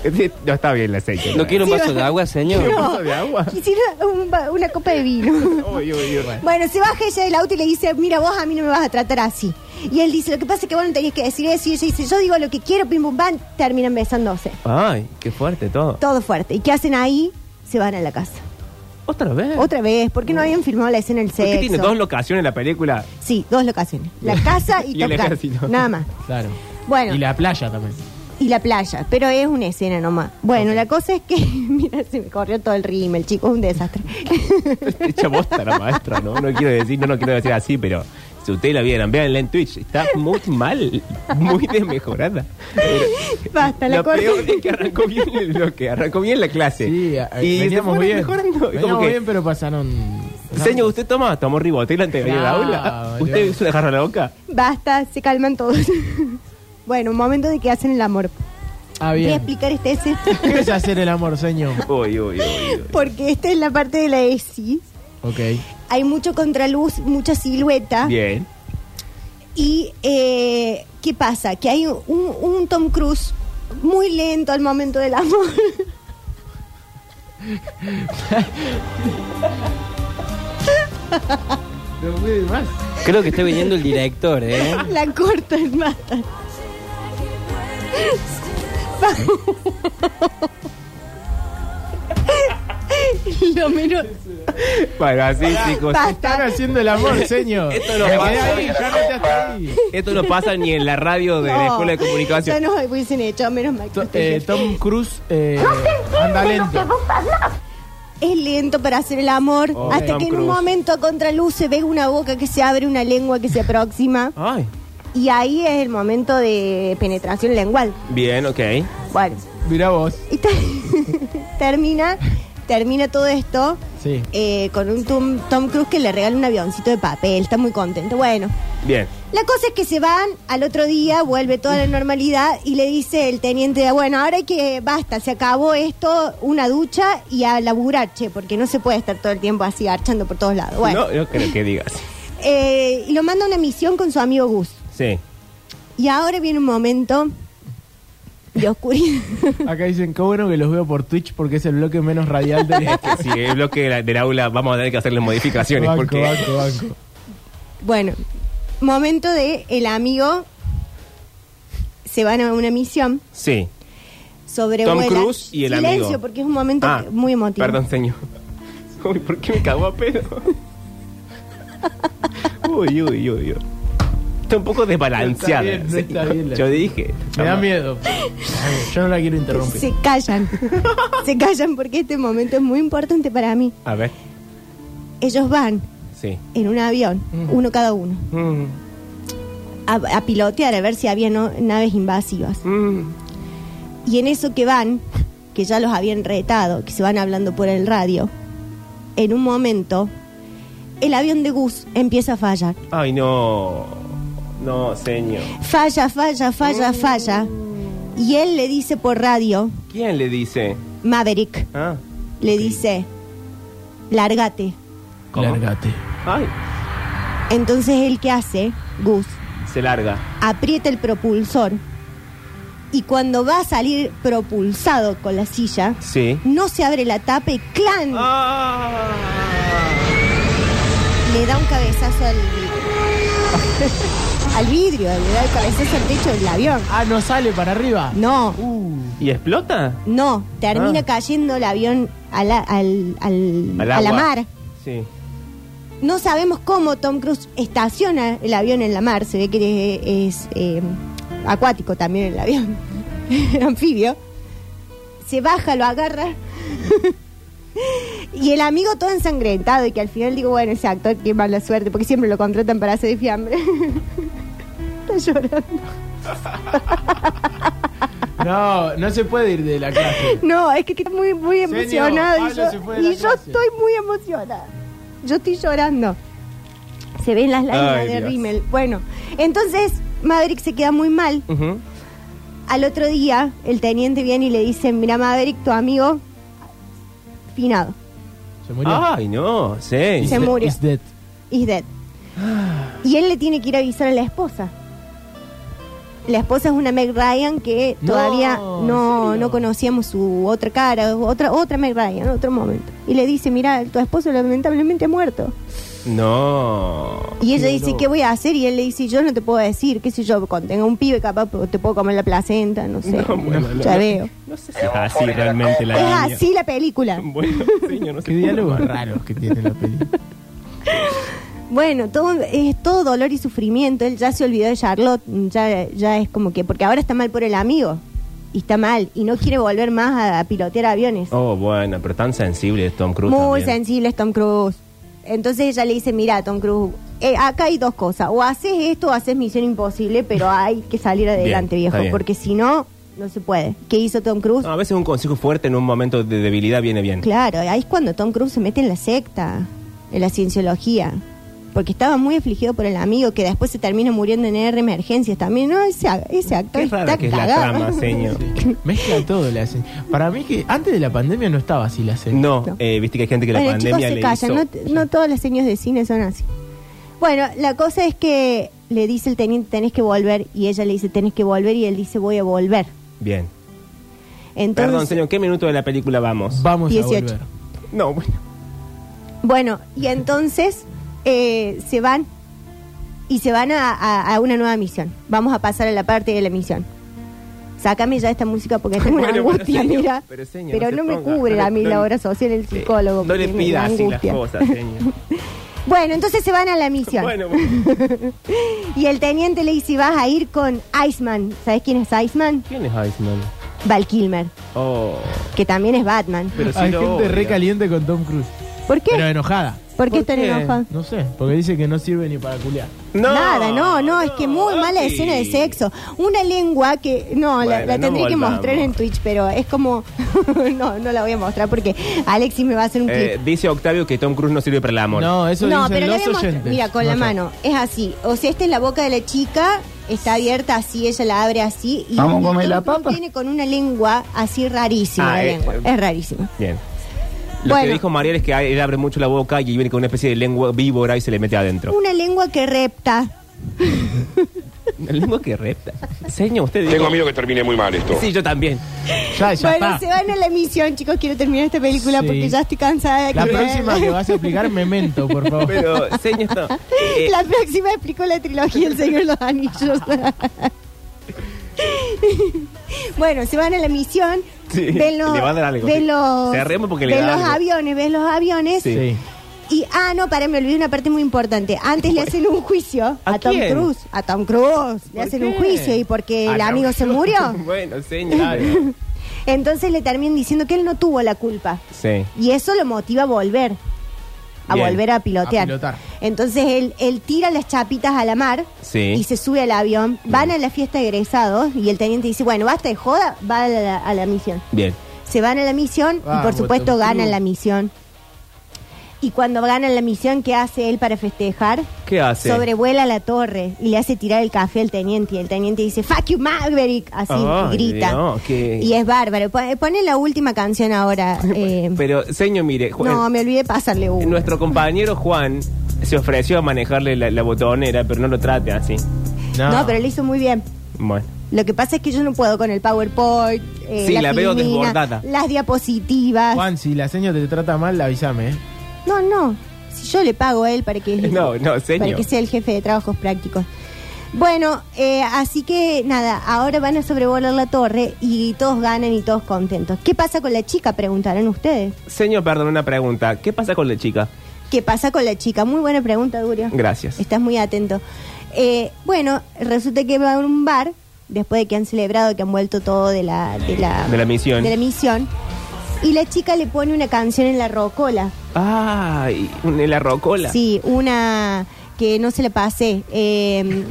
Speaker 4: Eh, No está bien la señora.
Speaker 6: ¿No quiere un vaso de agua, señor?
Speaker 4: un
Speaker 3: no.
Speaker 4: vaso de agua?
Speaker 3: Quisiera un va- una copa de vino.
Speaker 4: Uy, uy, uy.
Speaker 3: Bueno, se baja ella del auto y le dice, mira, vos a mí no me vas a tratar así. Y él dice, lo que pasa es que vos no tenías que decir eso. Y ella dice, yo digo lo que quiero, pim, pum, pam, terminan besándose.
Speaker 4: Ay, qué fuerte todo.
Speaker 3: Todo fuerte. ¿Y qué hacen ahí? Se van a la casa.
Speaker 4: ¿Otra vez?
Speaker 3: Otra vez, ¿por qué no habían filmado la escena del
Speaker 4: Ah. ¿Por
Speaker 3: sexo?
Speaker 4: qué tiene dos locaciones la película?
Speaker 3: Sí, dos locaciones. La casa y,
Speaker 4: Y el
Speaker 3: Top Gun.
Speaker 4: ejército.
Speaker 3: Nada más.
Speaker 2: Claro.
Speaker 3: Bueno.
Speaker 2: Y la playa también.
Speaker 3: Y la playa, pero es una escena nomás. Bueno, la cosa es que, mira, se me corrió todo el rímel, chicos, un desastre.
Speaker 4: Echa bosta la maestra, ¿no? No quiero decir, no, no quiero decir así, pero si ustedes la vieran, véanla en Twitch. Está muy mal, muy desmejorada. Pero
Speaker 3: Basta, la
Speaker 4: lo
Speaker 3: corté.
Speaker 4: peor es que arrancó bien el bloque, arrancó bien la clase.
Speaker 2: Sí, eh,
Speaker 4: y se
Speaker 2: veníamos
Speaker 4: fue
Speaker 2: bien.
Speaker 4: mejorando. Y
Speaker 2: Veníamos
Speaker 4: como que,
Speaker 2: bien, pero pasaron.
Speaker 4: Señor, ¿usted toma? ¿Tomó ribotril antes de venir a la
Speaker 2: Claro,
Speaker 4: aula?
Speaker 2: boludo.
Speaker 4: ¿Usted hizo una jarra en la boca?
Speaker 3: Basta, se calman todos. bueno, un momento de que hacen el amor.
Speaker 2: Ah, bien.
Speaker 3: Voy a explicar esta escena.
Speaker 2: ¿Qué es hacer el amor, señor?
Speaker 4: Uy, uy, uy, uy.
Speaker 3: Porque esta es la parte de la ESI.
Speaker 2: Ok.
Speaker 3: Hay mucho contraluz, mucha silueta.
Speaker 4: Bien.
Speaker 3: Y eh, ¿qué pasa? Que hay un, un Tom Cruise muy lento al momento del amor.
Speaker 2: No puede más.
Speaker 6: Creo que está viniendo el director, ¿eh?
Speaker 3: la cortan, matan. Lo menos.
Speaker 4: Bueno, así, chicos.
Speaker 2: Están haciendo el amor, señor.
Speaker 4: Esto no
Speaker 2: Te
Speaker 4: pasa.
Speaker 2: quedé ahí, ya no te hasta ahí.
Speaker 4: Esto no pasa ni en la radio de la
Speaker 3: No,
Speaker 4: Escuela de
Speaker 3: Ya
Speaker 4: Comunicación.
Speaker 3: nos hubiesen hecho, menos mal. que
Speaker 2: To-
Speaker 3: no te
Speaker 2: eh,
Speaker 3: dije.
Speaker 2: Tom Cruise eh, anda lento.
Speaker 3: es lento para hacer el amor.
Speaker 4: Oh,
Speaker 3: hasta
Speaker 4: Tom
Speaker 3: que en un
Speaker 4: Cruise.
Speaker 3: momento a contraluz se ve una boca que se abre, una lengua que se aproxima.
Speaker 4: Ay.
Speaker 3: Y ahí es el momento de penetración lengual.
Speaker 4: Bien, ok.
Speaker 3: Bueno,
Speaker 2: Mirá vos.
Speaker 3: y ter- termina, termina todo esto
Speaker 2: Sí.
Speaker 3: eh, con un Tom, Tom Cruise que le regala un avioncito de papel. Está muy contento. Bueno,
Speaker 4: Bien.
Speaker 3: la cosa es que se van al otro día, vuelve toda la normalidad y le dice el teniente, bueno, ahora hay que basta, se acabó esto, una ducha y a laburar, che, porque no se puede estar todo el tiempo así archando por todos lados. Bueno,
Speaker 4: No, no creo que digas.
Speaker 3: eh, y lo manda a una misión con su amigo Gus.
Speaker 4: Sí.
Speaker 3: Y ahora viene un momento de oscuridad.
Speaker 2: Acá dicen, qué bueno que los veo por Twitch porque es el bloque menos radial de este.
Speaker 4: Es que si el bloque de la- del aula vamos a tener que hacerle modificaciones
Speaker 2: Banco,
Speaker 4: porque
Speaker 2: banco, banco.
Speaker 3: bueno, momento de el amigo se van a una misión
Speaker 4: sí.
Speaker 3: sobre
Speaker 4: Tom Cruise y el
Speaker 3: Silencio,
Speaker 4: amigo.
Speaker 3: porque es un momento
Speaker 4: Ah,
Speaker 3: muy emotivo.
Speaker 4: Perdón, señor. Uy, ¿por qué me cagó a pedo? uy, uy, uy, uy. Está un poco desbalanceada.
Speaker 2: No está bien, no
Speaker 4: sí.
Speaker 2: está bien la-
Speaker 4: Yo dije.
Speaker 2: Me da
Speaker 4: no,
Speaker 2: miedo. Yo no la quiero interrumpir.
Speaker 3: Se callan. se callan porque este momento es muy importante para mí.
Speaker 4: A ver.
Speaker 3: Ellos van
Speaker 4: Sí.
Speaker 3: en un avión, uno cada uno,
Speaker 4: Mm,
Speaker 3: a, a pilotear a ver si había no- naves invasivas.
Speaker 4: mm.
Speaker 3: Y en eso que van, que ya los habían retado, que se van hablando por el radio, en un momento, el avión de Gus empieza a fallar.
Speaker 4: Ay, no. No, señor.
Speaker 3: Falla, falla, falla, falla. Y él le dice por radio,
Speaker 4: ¿Quién le dice?
Speaker 3: Maverick,
Speaker 4: Ah.
Speaker 3: le dice, lárgate.
Speaker 4: ¿Cómo?
Speaker 2: Lárgate.
Speaker 4: Ay,
Speaker 3: Entonces él que hace, Gus,
Speaker 4: se larga.
Speaker 3: aprieta el propulsor y cuando va a salir propulsado con la silla,
Speaker 4: Sí.
Speaker 3: no se abre la tapa y ¡clan!
Speaker 4: Ah.
Speaker 3: le da un cabezazo al vidrio. al vidrio, le da el cabezazo al techo del avión.
Speaker 2: Ah, no sale para arriba.
Speaker 3: No,
Speaker 2: Uh,
Speaker 4: ¿Y explota?
Speaker 3: no, termina
Speaker 4: Ah.
Speaker 3: cayendo el avión a la, al, al-
Speaker 4: Al
Speaker 3: a la
Speaker 4: agua.
Speaker 3: mar.
Speaker 4: Sí.
Speaker 3: No sabemos cómo Tom Cruise estaciona el avión en la mar. Se ve que es, es, eh, acuático también el avión, anfibio. Se baja, lo agarra. y el amigo todo ensangrentado. Y que al final digo, bueno, ese actor, qué mala suerte, porque siempre lo contratan para hacer de fiambre. Está llorando.
Speaker 2: no, no se puede ir de la clase.
Speaker 3: No, es que está muy, muy
Speaker 2: Señor,
Speaker 3: emocionado. Y
Speaker 2: Pablo se
Speaker 3: yo,
Speaker 2: fue de la
Speaker 3: y yo
Speaker 2: clase.
Speaker 3: estoy muy emocionada. Yo estoy llorando. Se ven las lágrimas
Speaker 4: Ay,
Speaker 3: de
Speaker 4: Dios.
Speaker 3: Rimmel. Bueno, entonces Maverick se queda muy mal.
Speaker 4: Ujú.
Speaker 3: Al otro día, el teniente viene y le dice: Mira, Maverick, tu amigo, finado,
Speaker 2: Se murió.
Speaker 4: Ay, no, sí.
Speaker 3: Ah, Se- murió.
Speaker 2: Is dead.
Speaker 3: is dead. Y él le tiene que ir a avisar a la esposa. La esposa es una Meg Ryan que
Speaker 2: No,
Speaker 3: todavía
Speaker 2: ¿en
Speaker 3: no,
Speaker 2: serio?
Speaker 3: no conocíamos su otra cara, otra, otra Meg Ryan, otro momento. Y le dice: Mira, tu esposo lamentablemente ha muerto.
Speaker 4: No.
Speaker 3: Y ella
Speaker 2: Qué
Speaker 3: dice,
Speaker 2: loco.
Speaker 3: ¿qué voy a hacer? Y él le dice, yo no te puedo decir, qué sé yo, cuando tenga un pibe capaz po- te puedo comer la placenta, no sé.
Speaker 4: No, bueno, no,
Speaker 3: ya
Speaker 4: no.
Speaker 3: veo.
Speaker 4: No sé si es así realmente la
Speaker 3: es
Speaker 4: niña.
Speaker 3: así la película.
Speaker 4: Bueno, señor, no sé.
Speaker 2: Qué diálogos raros que tiene la película.
Speaker 3: Bueno, todo es todo dolor y sufrimiento. Él ya se olvidó de Charlotte, ya, ya es como que, porque ahora está mal por el amigo. Y está mal, y no quiere volver más a, a pilotear aviones.
Speaker 4: Oh, bueno, pero tan sensible es Tom Cruise.
Speaker 3: Muy
Speaker 4: también.
Speaker 3: sensible es Tom Cruise. Entonces ella le dice, mira, Tom Cruise, eh, acá hay dos cosas. O haces esto o haces Misión Imposible, pero hay que salir adelante,
Speaker 4: Bien,
Speaker 3: viejo,
Speaker 4: está bien.
Speaker 3: porque si no, no se puede. ¿Qué hizo Tom Cruise?
Speaker 4: No, a veces un consejo fuerte en un momento de debilidad viene bien.
Speaker 3: Claro, ahí es cuando Tom Cruise se mete en la secta, en la cienciología. porque estaba muy afligido por el amigo que después se termina muriendo en R emergencias también. No, ese, ese actor
Speaker 4: Qué
Speaker 3: está
Speaker 4: rara que es la
Speaker 3: cagado.
Speaker 4: trama, señor.
Speaker 2: Mezcla todo la serie. Para mí que antes de la pandemia no estaba así la serie.
Speaker 4: No, eh, viste que hay gente que la
Speaker 3: bueno, chicos,
Speaker 4: pandemia
Speaker 3: se
Speaker 4: le
Speaker 3: callan.
Speaker 4: hizo...
Speaker 3: No, t- no todos los señores de cine son así. Bueno, la cosa es que le dice el teniente, tenés que volver, y ella le dice, tenés que volver, y él dice, voy a volver.
Speaker 4: Bien.
Speaker 3: Entonces,
Speaker 4: Perdón, señor, ¿qué minuto de la película vamos?
Speaker 2: Vamos
Speaker 3: 18.
Speaker 2: a volver.
Speaker 4: No, bueno.
Speaker 3: Bueno, y entonces eh, se van y se van a, a- a una nueva misión. Vamos a pasar a la parte de la misión. Sácame ya esta música porque tengo una
Speaker 4: Bueno, pero
Speaker 3: angustia,
Speaker 4: señor,
Speaker 3: mira.
Speaker 4: pero
Speaker 3: Pero,
Speaker 4: señor, se
Speaker 3: no me
Speaker 4: ponga.
Speaker 3: cubre
Speaker 4: No
Speaker 3: a
Speaker 4: le-
Speaker 3: mí
Speaker 4: no le-
Speaker 3: la obra social el
Speaker 4: Sí.
Speaker 3: psicólogo.
Speaker 4: eh, No le
Speaker 3: porque me
Speaker 4: pida
Speaker 3: da
Speaker 4: así las
Speaker 3: angustia.
Speaker 4: cosas, señor.
Speaker 3: Bueno, entonces se van a la misión.
Speaker 4: bueno, bueno.
Speaker 3: Y el teniente le dice, vas a ir con Iceman. ¿Sabes quién es Iceman?
Speaker 4: ¿Quién es Iceman?
Speaker 3: Val Kilmer,
Speaker 4: Oh,
Speaker 3: que también es Batman.
Speaker 4: pero si
Speaker 2: Hay
Speaker 4: lo
Speaker 2: gente
Speaker 4: odia.
Speaker 2: recaliente con Tom Cruise.
Speaker 3: ¿Por qué? Ah.
Speaker 2: Pero enojada.
Speaker 3: ¿Por qué
Speaker 4: ¿por
Speaker 3: están
Speaker 4: qué?
Speaker 3: enojados?
Speaker 2: No sé, porque dice que no sirve ni para culiar.
Speaker 4: No,
Speaker 3: Nada, no, no, es que muy mala
Speaker 4: sí.
Speaker 3: escena de sexo. Una lengua que, no, la-
Speaker 4: Bueno,
Speaker 3: la,
Speaker 4: no
Speaker 3: tendría que
Speaker 4: volvamos.
Speaker 3: mostrar en Twitch, pero es como, no, no la voy a mostrar porque Alexis me va a hacer un
Speaker 4: Eh,
Speaker 3: clip.
Speaker 4: dice Octavio que Tom Cruise no sirve para el amor.
Speaker 2: No, eso
Speaker 3: no,
Speaker 2: dicen
Speaker 3: pero le
Speaker 2: los
Speaker 3: voy a mostrar,
Speaker 2: oyentes.
Speaker 3: mira, con
Speaker 2: No
Speaker 3: la
Speaker 2: yo.
Speaker 3: mano, es así. O sea, esta es la boca de la chica, está abierta así, ella la abre así. Y
Speaker 7: Vamos a comer
Speaker 3: y
Speaker 7: la
Speaker 3: Tom Cruise
Speaker 7: papa.
Speaker 3: Viene con una lengua así rarísima,
Speaker 4: Ah,
Speaker 3: la
Speaker 4: eh,
Speaker 3: lengua,
Speaker 4: eh.
Speaker 3: es rarísima.
Speaker 4: Bien. Lo que
Speaker 3: Bueno.
Speaker 4: dijo Mariel es que él abre mucho la boca y viene con una especie de lengua víbora y se le mete adentro.
Speaker 3: Una lengua que repta.
Speaker 4: Una lengua que repta. Señor, usted dijo...
Speaker 8: Tengo miedo que termine muy mal esto.
Speaker 4: Sí, yo también.
Speaker 2: Ya, ya
Speaker 3: bueno,
Speaker 2: está.
Speaker 3: se van a la emisión, chicos, quiero terminar esta película
Speaker 2: Sí.
Speaker 3: porque ya estoy cansada de
Speaker 2: La
Speaker 3: que me-
Speaker 2: próxima que vas a explicar, memento, por favor.
Speaker 4: Pero, señor, no. Eh,
Speaker 3: La próxima explicó la trilogía El Señor de los Anillos. bueno, se van a la misión.
Speaker 4: Sí,
Speaker 3: ven los,
Speaker 4: le va a dar algo,
Speaker 3: ven
Speaker 4: sí.
Speaker 3: los-
Speaker 4: Cerremos porque le
Speaker 3: ven
Speaker 4: da
Speaker 3: los
Speaker 4: algo.
Speaker 3: aviones, ven los aviones.
Speaker 4: Sí.
Speaker 2: Sí.
Speaker 3: Y, ah, no, para, me olvidé una parte muy importante. Antes le hacen un juicio a,
Speaker 4: ¿A
Speaker 3: Tom
Speaker 4: quién?
Speaker 3: Cruise. A Tom Cruise. Le
Speaker 4: ¿por
Speaker 3: hacen
Speaker 4: qué?
Speaker 3: un juicio y porque
Speaker 4: Ah,
Speaker 3: el
Speaker 4: no.
Speaker 3: amigo se murió.
Speaker 4: bueno, señor.
Speaker 3: Entonces le terminan diciendo que él no tuvo la culpa.
Speaker 4: sí.
Speaker 3: Y eso lo motiva a volver. A
Speaker 4: Bien.
Speaker 3: volver a pilotear.
Speaker 2: A pilotar.
Speaker 3: Entonces él, él tira las chapitas a la mar
Speaker 4: Sí.
Speaker 3: y se sube al avión. Van a la fiesta de egresados y el teniente dice, bueno, basta de joda, va a la, a la misión.
Speaker 4: Bien.
Speaker 3: Se van a la misión y por
Speaker 2: Vamos,
Speaker 3: supuesto
Speaker 2: Tom
Speaker 3: ganan
Speaker 2: Cruise.
Speaker 3: la misión. Y cuando ganan la misión, ¿qué hace él para festejar?
Speaker 4: ¿Qué hace?
Speaker 3: Sobrevuela la torre y le hace tirar el café al teniente. Y el teniente dice, fuck you, Maverick. Así
Speaker 4: Ay,
Speaker 3: y grita.
Speaker 4: no, qué-
Speaker 3: Y es bárbaro. Pon- Pone la última canción ahora. eh,
Speaker 4: Pero, señor, mire, Ju-
Speaker 3: no, me olvidé pasarle una.
Speaker 4: nuestro compañero Juan se ofreció a manejarle la, la botonera, pero no lo trate así.
Speaker 3: No. pero le hizo muy bien.
Speaker 4: Bueno.
Speaker 3: Lo que pasa es que yo no puedo con el PowerPoint. eh,
Speaker 4: Sí, la veo
Speaker 3: filmina,
Speaker 4: desbordada.
Speaker 3: Las diapositivas.
Speaker 2: Juan, si la señora te trata mal, avísame. ¿eh?
Speaker 3: No, no. Si yo le pago a él para que,
Speaker 4: No, no, señor.
Speaker 3: para que sea el jefe de trabajos prácticos. Bueno, eh, así que nada, ahora van a sobrevolar la torre y todos ganan y todos contentos. ¿Qué pasa con la chica? Preguntarán ustedes.
Speaker 4: Señor, perdón, una pregunta. ¿Qué pasa con la chica?
Speaker 3: ¿Qué pasa con la chica? Muy buena pregunta, Durio.
Speaker 4: Gracias.
Speaker 3: Estás muy atento. Eh, bueno, resulta que va a un bar, después de que han celebrado, que han vuelto todo de la, de la,
Speaker 4: De la misión.
Speaker 3: de la misión, y la chica le pone una canción en la rocola.
Speaker 4: Ay, en la rocola.
Speaker 3: Sí, una que no se le pase. eh,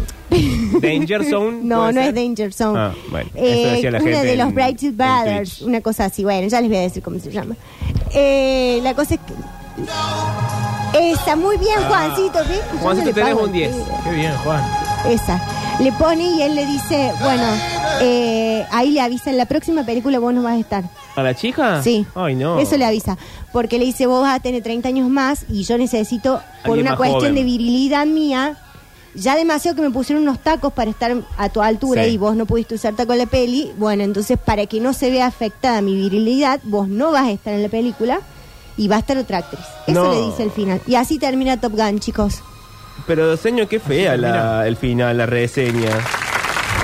Speaker 4: Danger Zone.
Speaker 3: no,
Speaker 4: ¿puede
Speaker 3: no es
Speaker 4: ser?
Speaker 3: Danger Zone.
Speaker 4: Ah, bueno, eso
Speaker 3: Eh,
Speaker 4: decía la
Speaker 3: una
Speaker 4: gente
Speaker 3: de
Speaker 4: en-
Speaker 3: los Bright
Speaker 4: en
Speaker 3: Brothers,
Speaker 4: Twitch.
Speaker 3: una cosa así. Bueno, ya les voy a decir cómo se llama. Eh, la cosa es que. Está muy bien, Juancito. ¿sí? Yo no
Speaker 4: Ah. Juancito,
Speaker 3: le
Speaker 4: tenés
Speaker 3: pago
Speaker 4: un
Speaker 3: el
Speaker 4: 10.
Speaker 3: pibe.
Speaker 2: Qué bien, Juan.
Speaker 3: Esa. Le pone y él le dice, bueno, eh, ahí le avisa, en la próxima película vos no vas a estar.
Speaker 4: ¿A la chica?
Speaker 3: Sí.
Speaker 4: Ah. Ay, no.
Speaker 3: Eso le avisa. Porque le dice, vos vas a tener 30 años más y yo necesito, por
Speaker 4: Alguien
Speaker 3: una
Speaker 4: más
Speaker 3: cuestión
Speaker 4: joven.
Speaker 3: de virilidad mía, ya demasiado que me pusieron unos tacos para estar a tu altura
Speaker 4: Sí.
Speaker 3: y vos no pudiste usar taco en la peli. Bueno, entonces para que no se vea afectada mi virilidad, vos no vas a estar en la película y va a estar otra actriz. Eso
Speaker 4: No.
Speaker 3: le dice al final. Y así termina Top Gun, chicos.
Speaker 4: Pero, señor, qué fea la, el final, la reseña.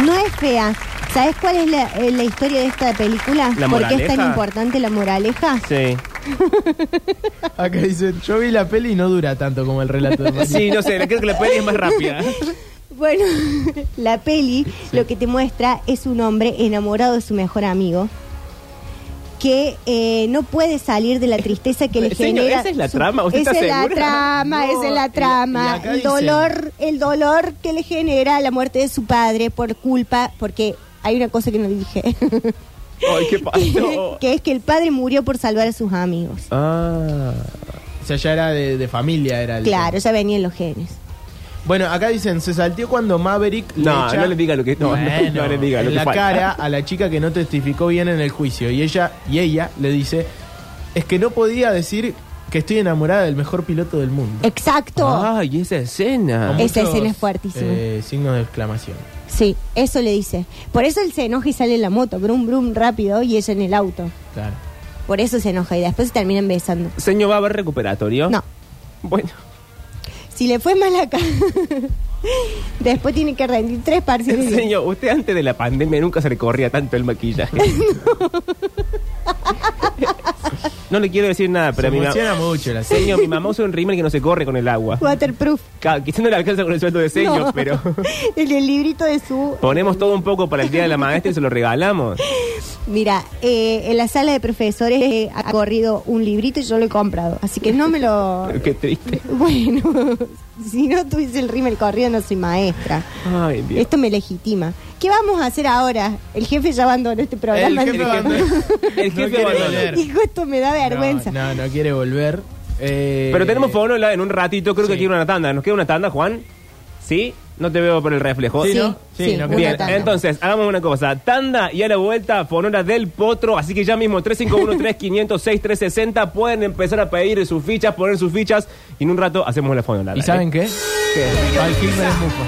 Speaker 3: No es fea. ¿Sabes cuál es la, eh, la historia de esta película?
Speaker 4: ¿La
Speaker 3: ¿Por qué es tan
Speaker 4: moraleja?
Speaker 3: importante la moraleja?
Speaker 4: Sí.
Speaker 2: Acá dicen, yo vi la peli y no dura tanto como el relato de María.
Speaker 4: Sí, no sé, creo que la peli es más rápida.
Speaker 3: Bueno, la peli lo que te muestra es un hombre enamorado de su mejor amigo que eh, no puede salir de la tristeza que le
Speaker 4: Señor,
Speaker 3: genera.
Speaker 4: ¿esa es la
Speaker 3: su-
Speaker 4: trama? ¿Usted
Speaker 3: esa
Speaker 4: está
Speaker 3: es la
Speaker 4: segura?
Speaker 3: trama,
Speaker 2: No,
Speaker 3: esa es
Speaker 2: y-
Speaker 3: la
Speaker 2: y
Speaker 3: trama.
Speaker 2: acá
Speaker 3: El
Speaker 2: dicen-
Speaker 3: dolor, el dolor que le genera la muerte de su padre por culpa, porque hay una cosa que no dije,
Speaker 4: Ay, qué pasó.
Speaker 3: que es que el padre murió por salvar a sus amigos.
Speaker 4: Ah.
Speaker 2: sea, ya era de, de familia, era el.
Speaker 3: Claro, ya venían los genes.
Speaker 2: Bueno, acá dicen, se salteó cuando Maverick
Speaker 4: No,
Speaker 2: echa-
Speaker 4: no le diga lo que. No, no,
Speaker 2: Bueno,
Speaker 4: no le diga lo
Speaker 2: en
Speaker 4: que
Speaker 2: la
Speaker 4: falta.
Speaker 2: cara a la chica que no testificó bien en el juicio. Y ella, y ella le dice, es que no podía decir que estoy enamorada del mejor piloto del mundo.
Speaker 3: Exacto.
Speaker 4: Ay, esa escena.
Speaker 2: Con
Speaker 3: Esa
Speaker 2: muchos,
Speaker 3: escena es fuertísima.
Speaker 2: eh, signos de exclamación.
Speaker 3: Sí, eso le dice. Por eso él se enoja y sale en la moto, brum, brum, rápido, y ella en el auto.
Speaker 2: Claro.
Speaker 3: Por eso se enoja y después se terminan besando.
Speaker 4: Señor, ¿va a haber recuperatorio?
Speaker 3: No,
Speaker 4: Bueno,
Speaker 3: si le fue mal acá, después tiene que rendir tres parciales.
Speaker 4: señor, usted antes de la pandemia nunca se le corría tanto el maquillaje. no le quiero decir nada, Ah, pero
Speaker 2: Pero me
Speaker 4: a mi mamá.
Speaker 2: emociona mucho la serie.
Speaker 4: Señor, mi mamá usa un rímel que no se corre con el agua.
Speaker 3: Waterproof.
Speaker 4: Ca- Quizás no le alcanza con el sueldo de señor,
Speaker 3: No.
Speaker 4: pero Oh.
Speaker 3: El, el librito de su...
Speaker 4: ponemos todo un poco para el día de la maestra y se lo regalamos.
Speaker 3: Mira, eh, en la sala de profesores eh, ha corrido un librito y yo lo he comprado. Así que no me lo...
Speaker 4: Qué triste.
Speaker 3: Bueno, si no tuviese el rímel corrido no soy maestra.
Speaker 4: Ah. Ay, Dios.
Speaker 3: Esto me legitima. ¿Qué vamos a hacer ahora? El jefe ya abandonó este
Speaker 2: El
Speaker 3: programa.
Speaker 2: jefe abandonó.
Speaker 4: El
Speaker 2: No
Speaker 4: jefe
Speaker 2: quiere
Speaker 4: abandonó.
Speaker 2: volver.
Speaker 3: Dijo, esto me da vergüenza.
Speaker 2: No, no, no quiere volver. Eh,
Speaker 4: Pero tenemos Fonola en un ratito, creo
Speaker 2: Sí.
Speaker 4: que quiero una tanda. ¿Nos queda una tanda, Juan? ¿Sí? No te veo por el reflejo.
Speaker 2: Sí,
Speaker 3: Sí,
Speaker 2: ¿no?
Speaker 3: sí,
Speaker 2: Sí, no
Speaker 3: una
Speaker 4: Bien,
Speaker 3: tanda.
Speaker 4: entonces, hagamos una cosa. Tanda y a la vuelta, Fonola del Potro. Así que ya mismo, 351-3506-360, pueden empezar a pedir sus fichas, poner sus fichas. Y en un rato hacemos la Fonola.
Speaker 2: ¿Y
Speaker 4: dale.
Speaker 2: saben qué? Que Val Kilmer es mujo.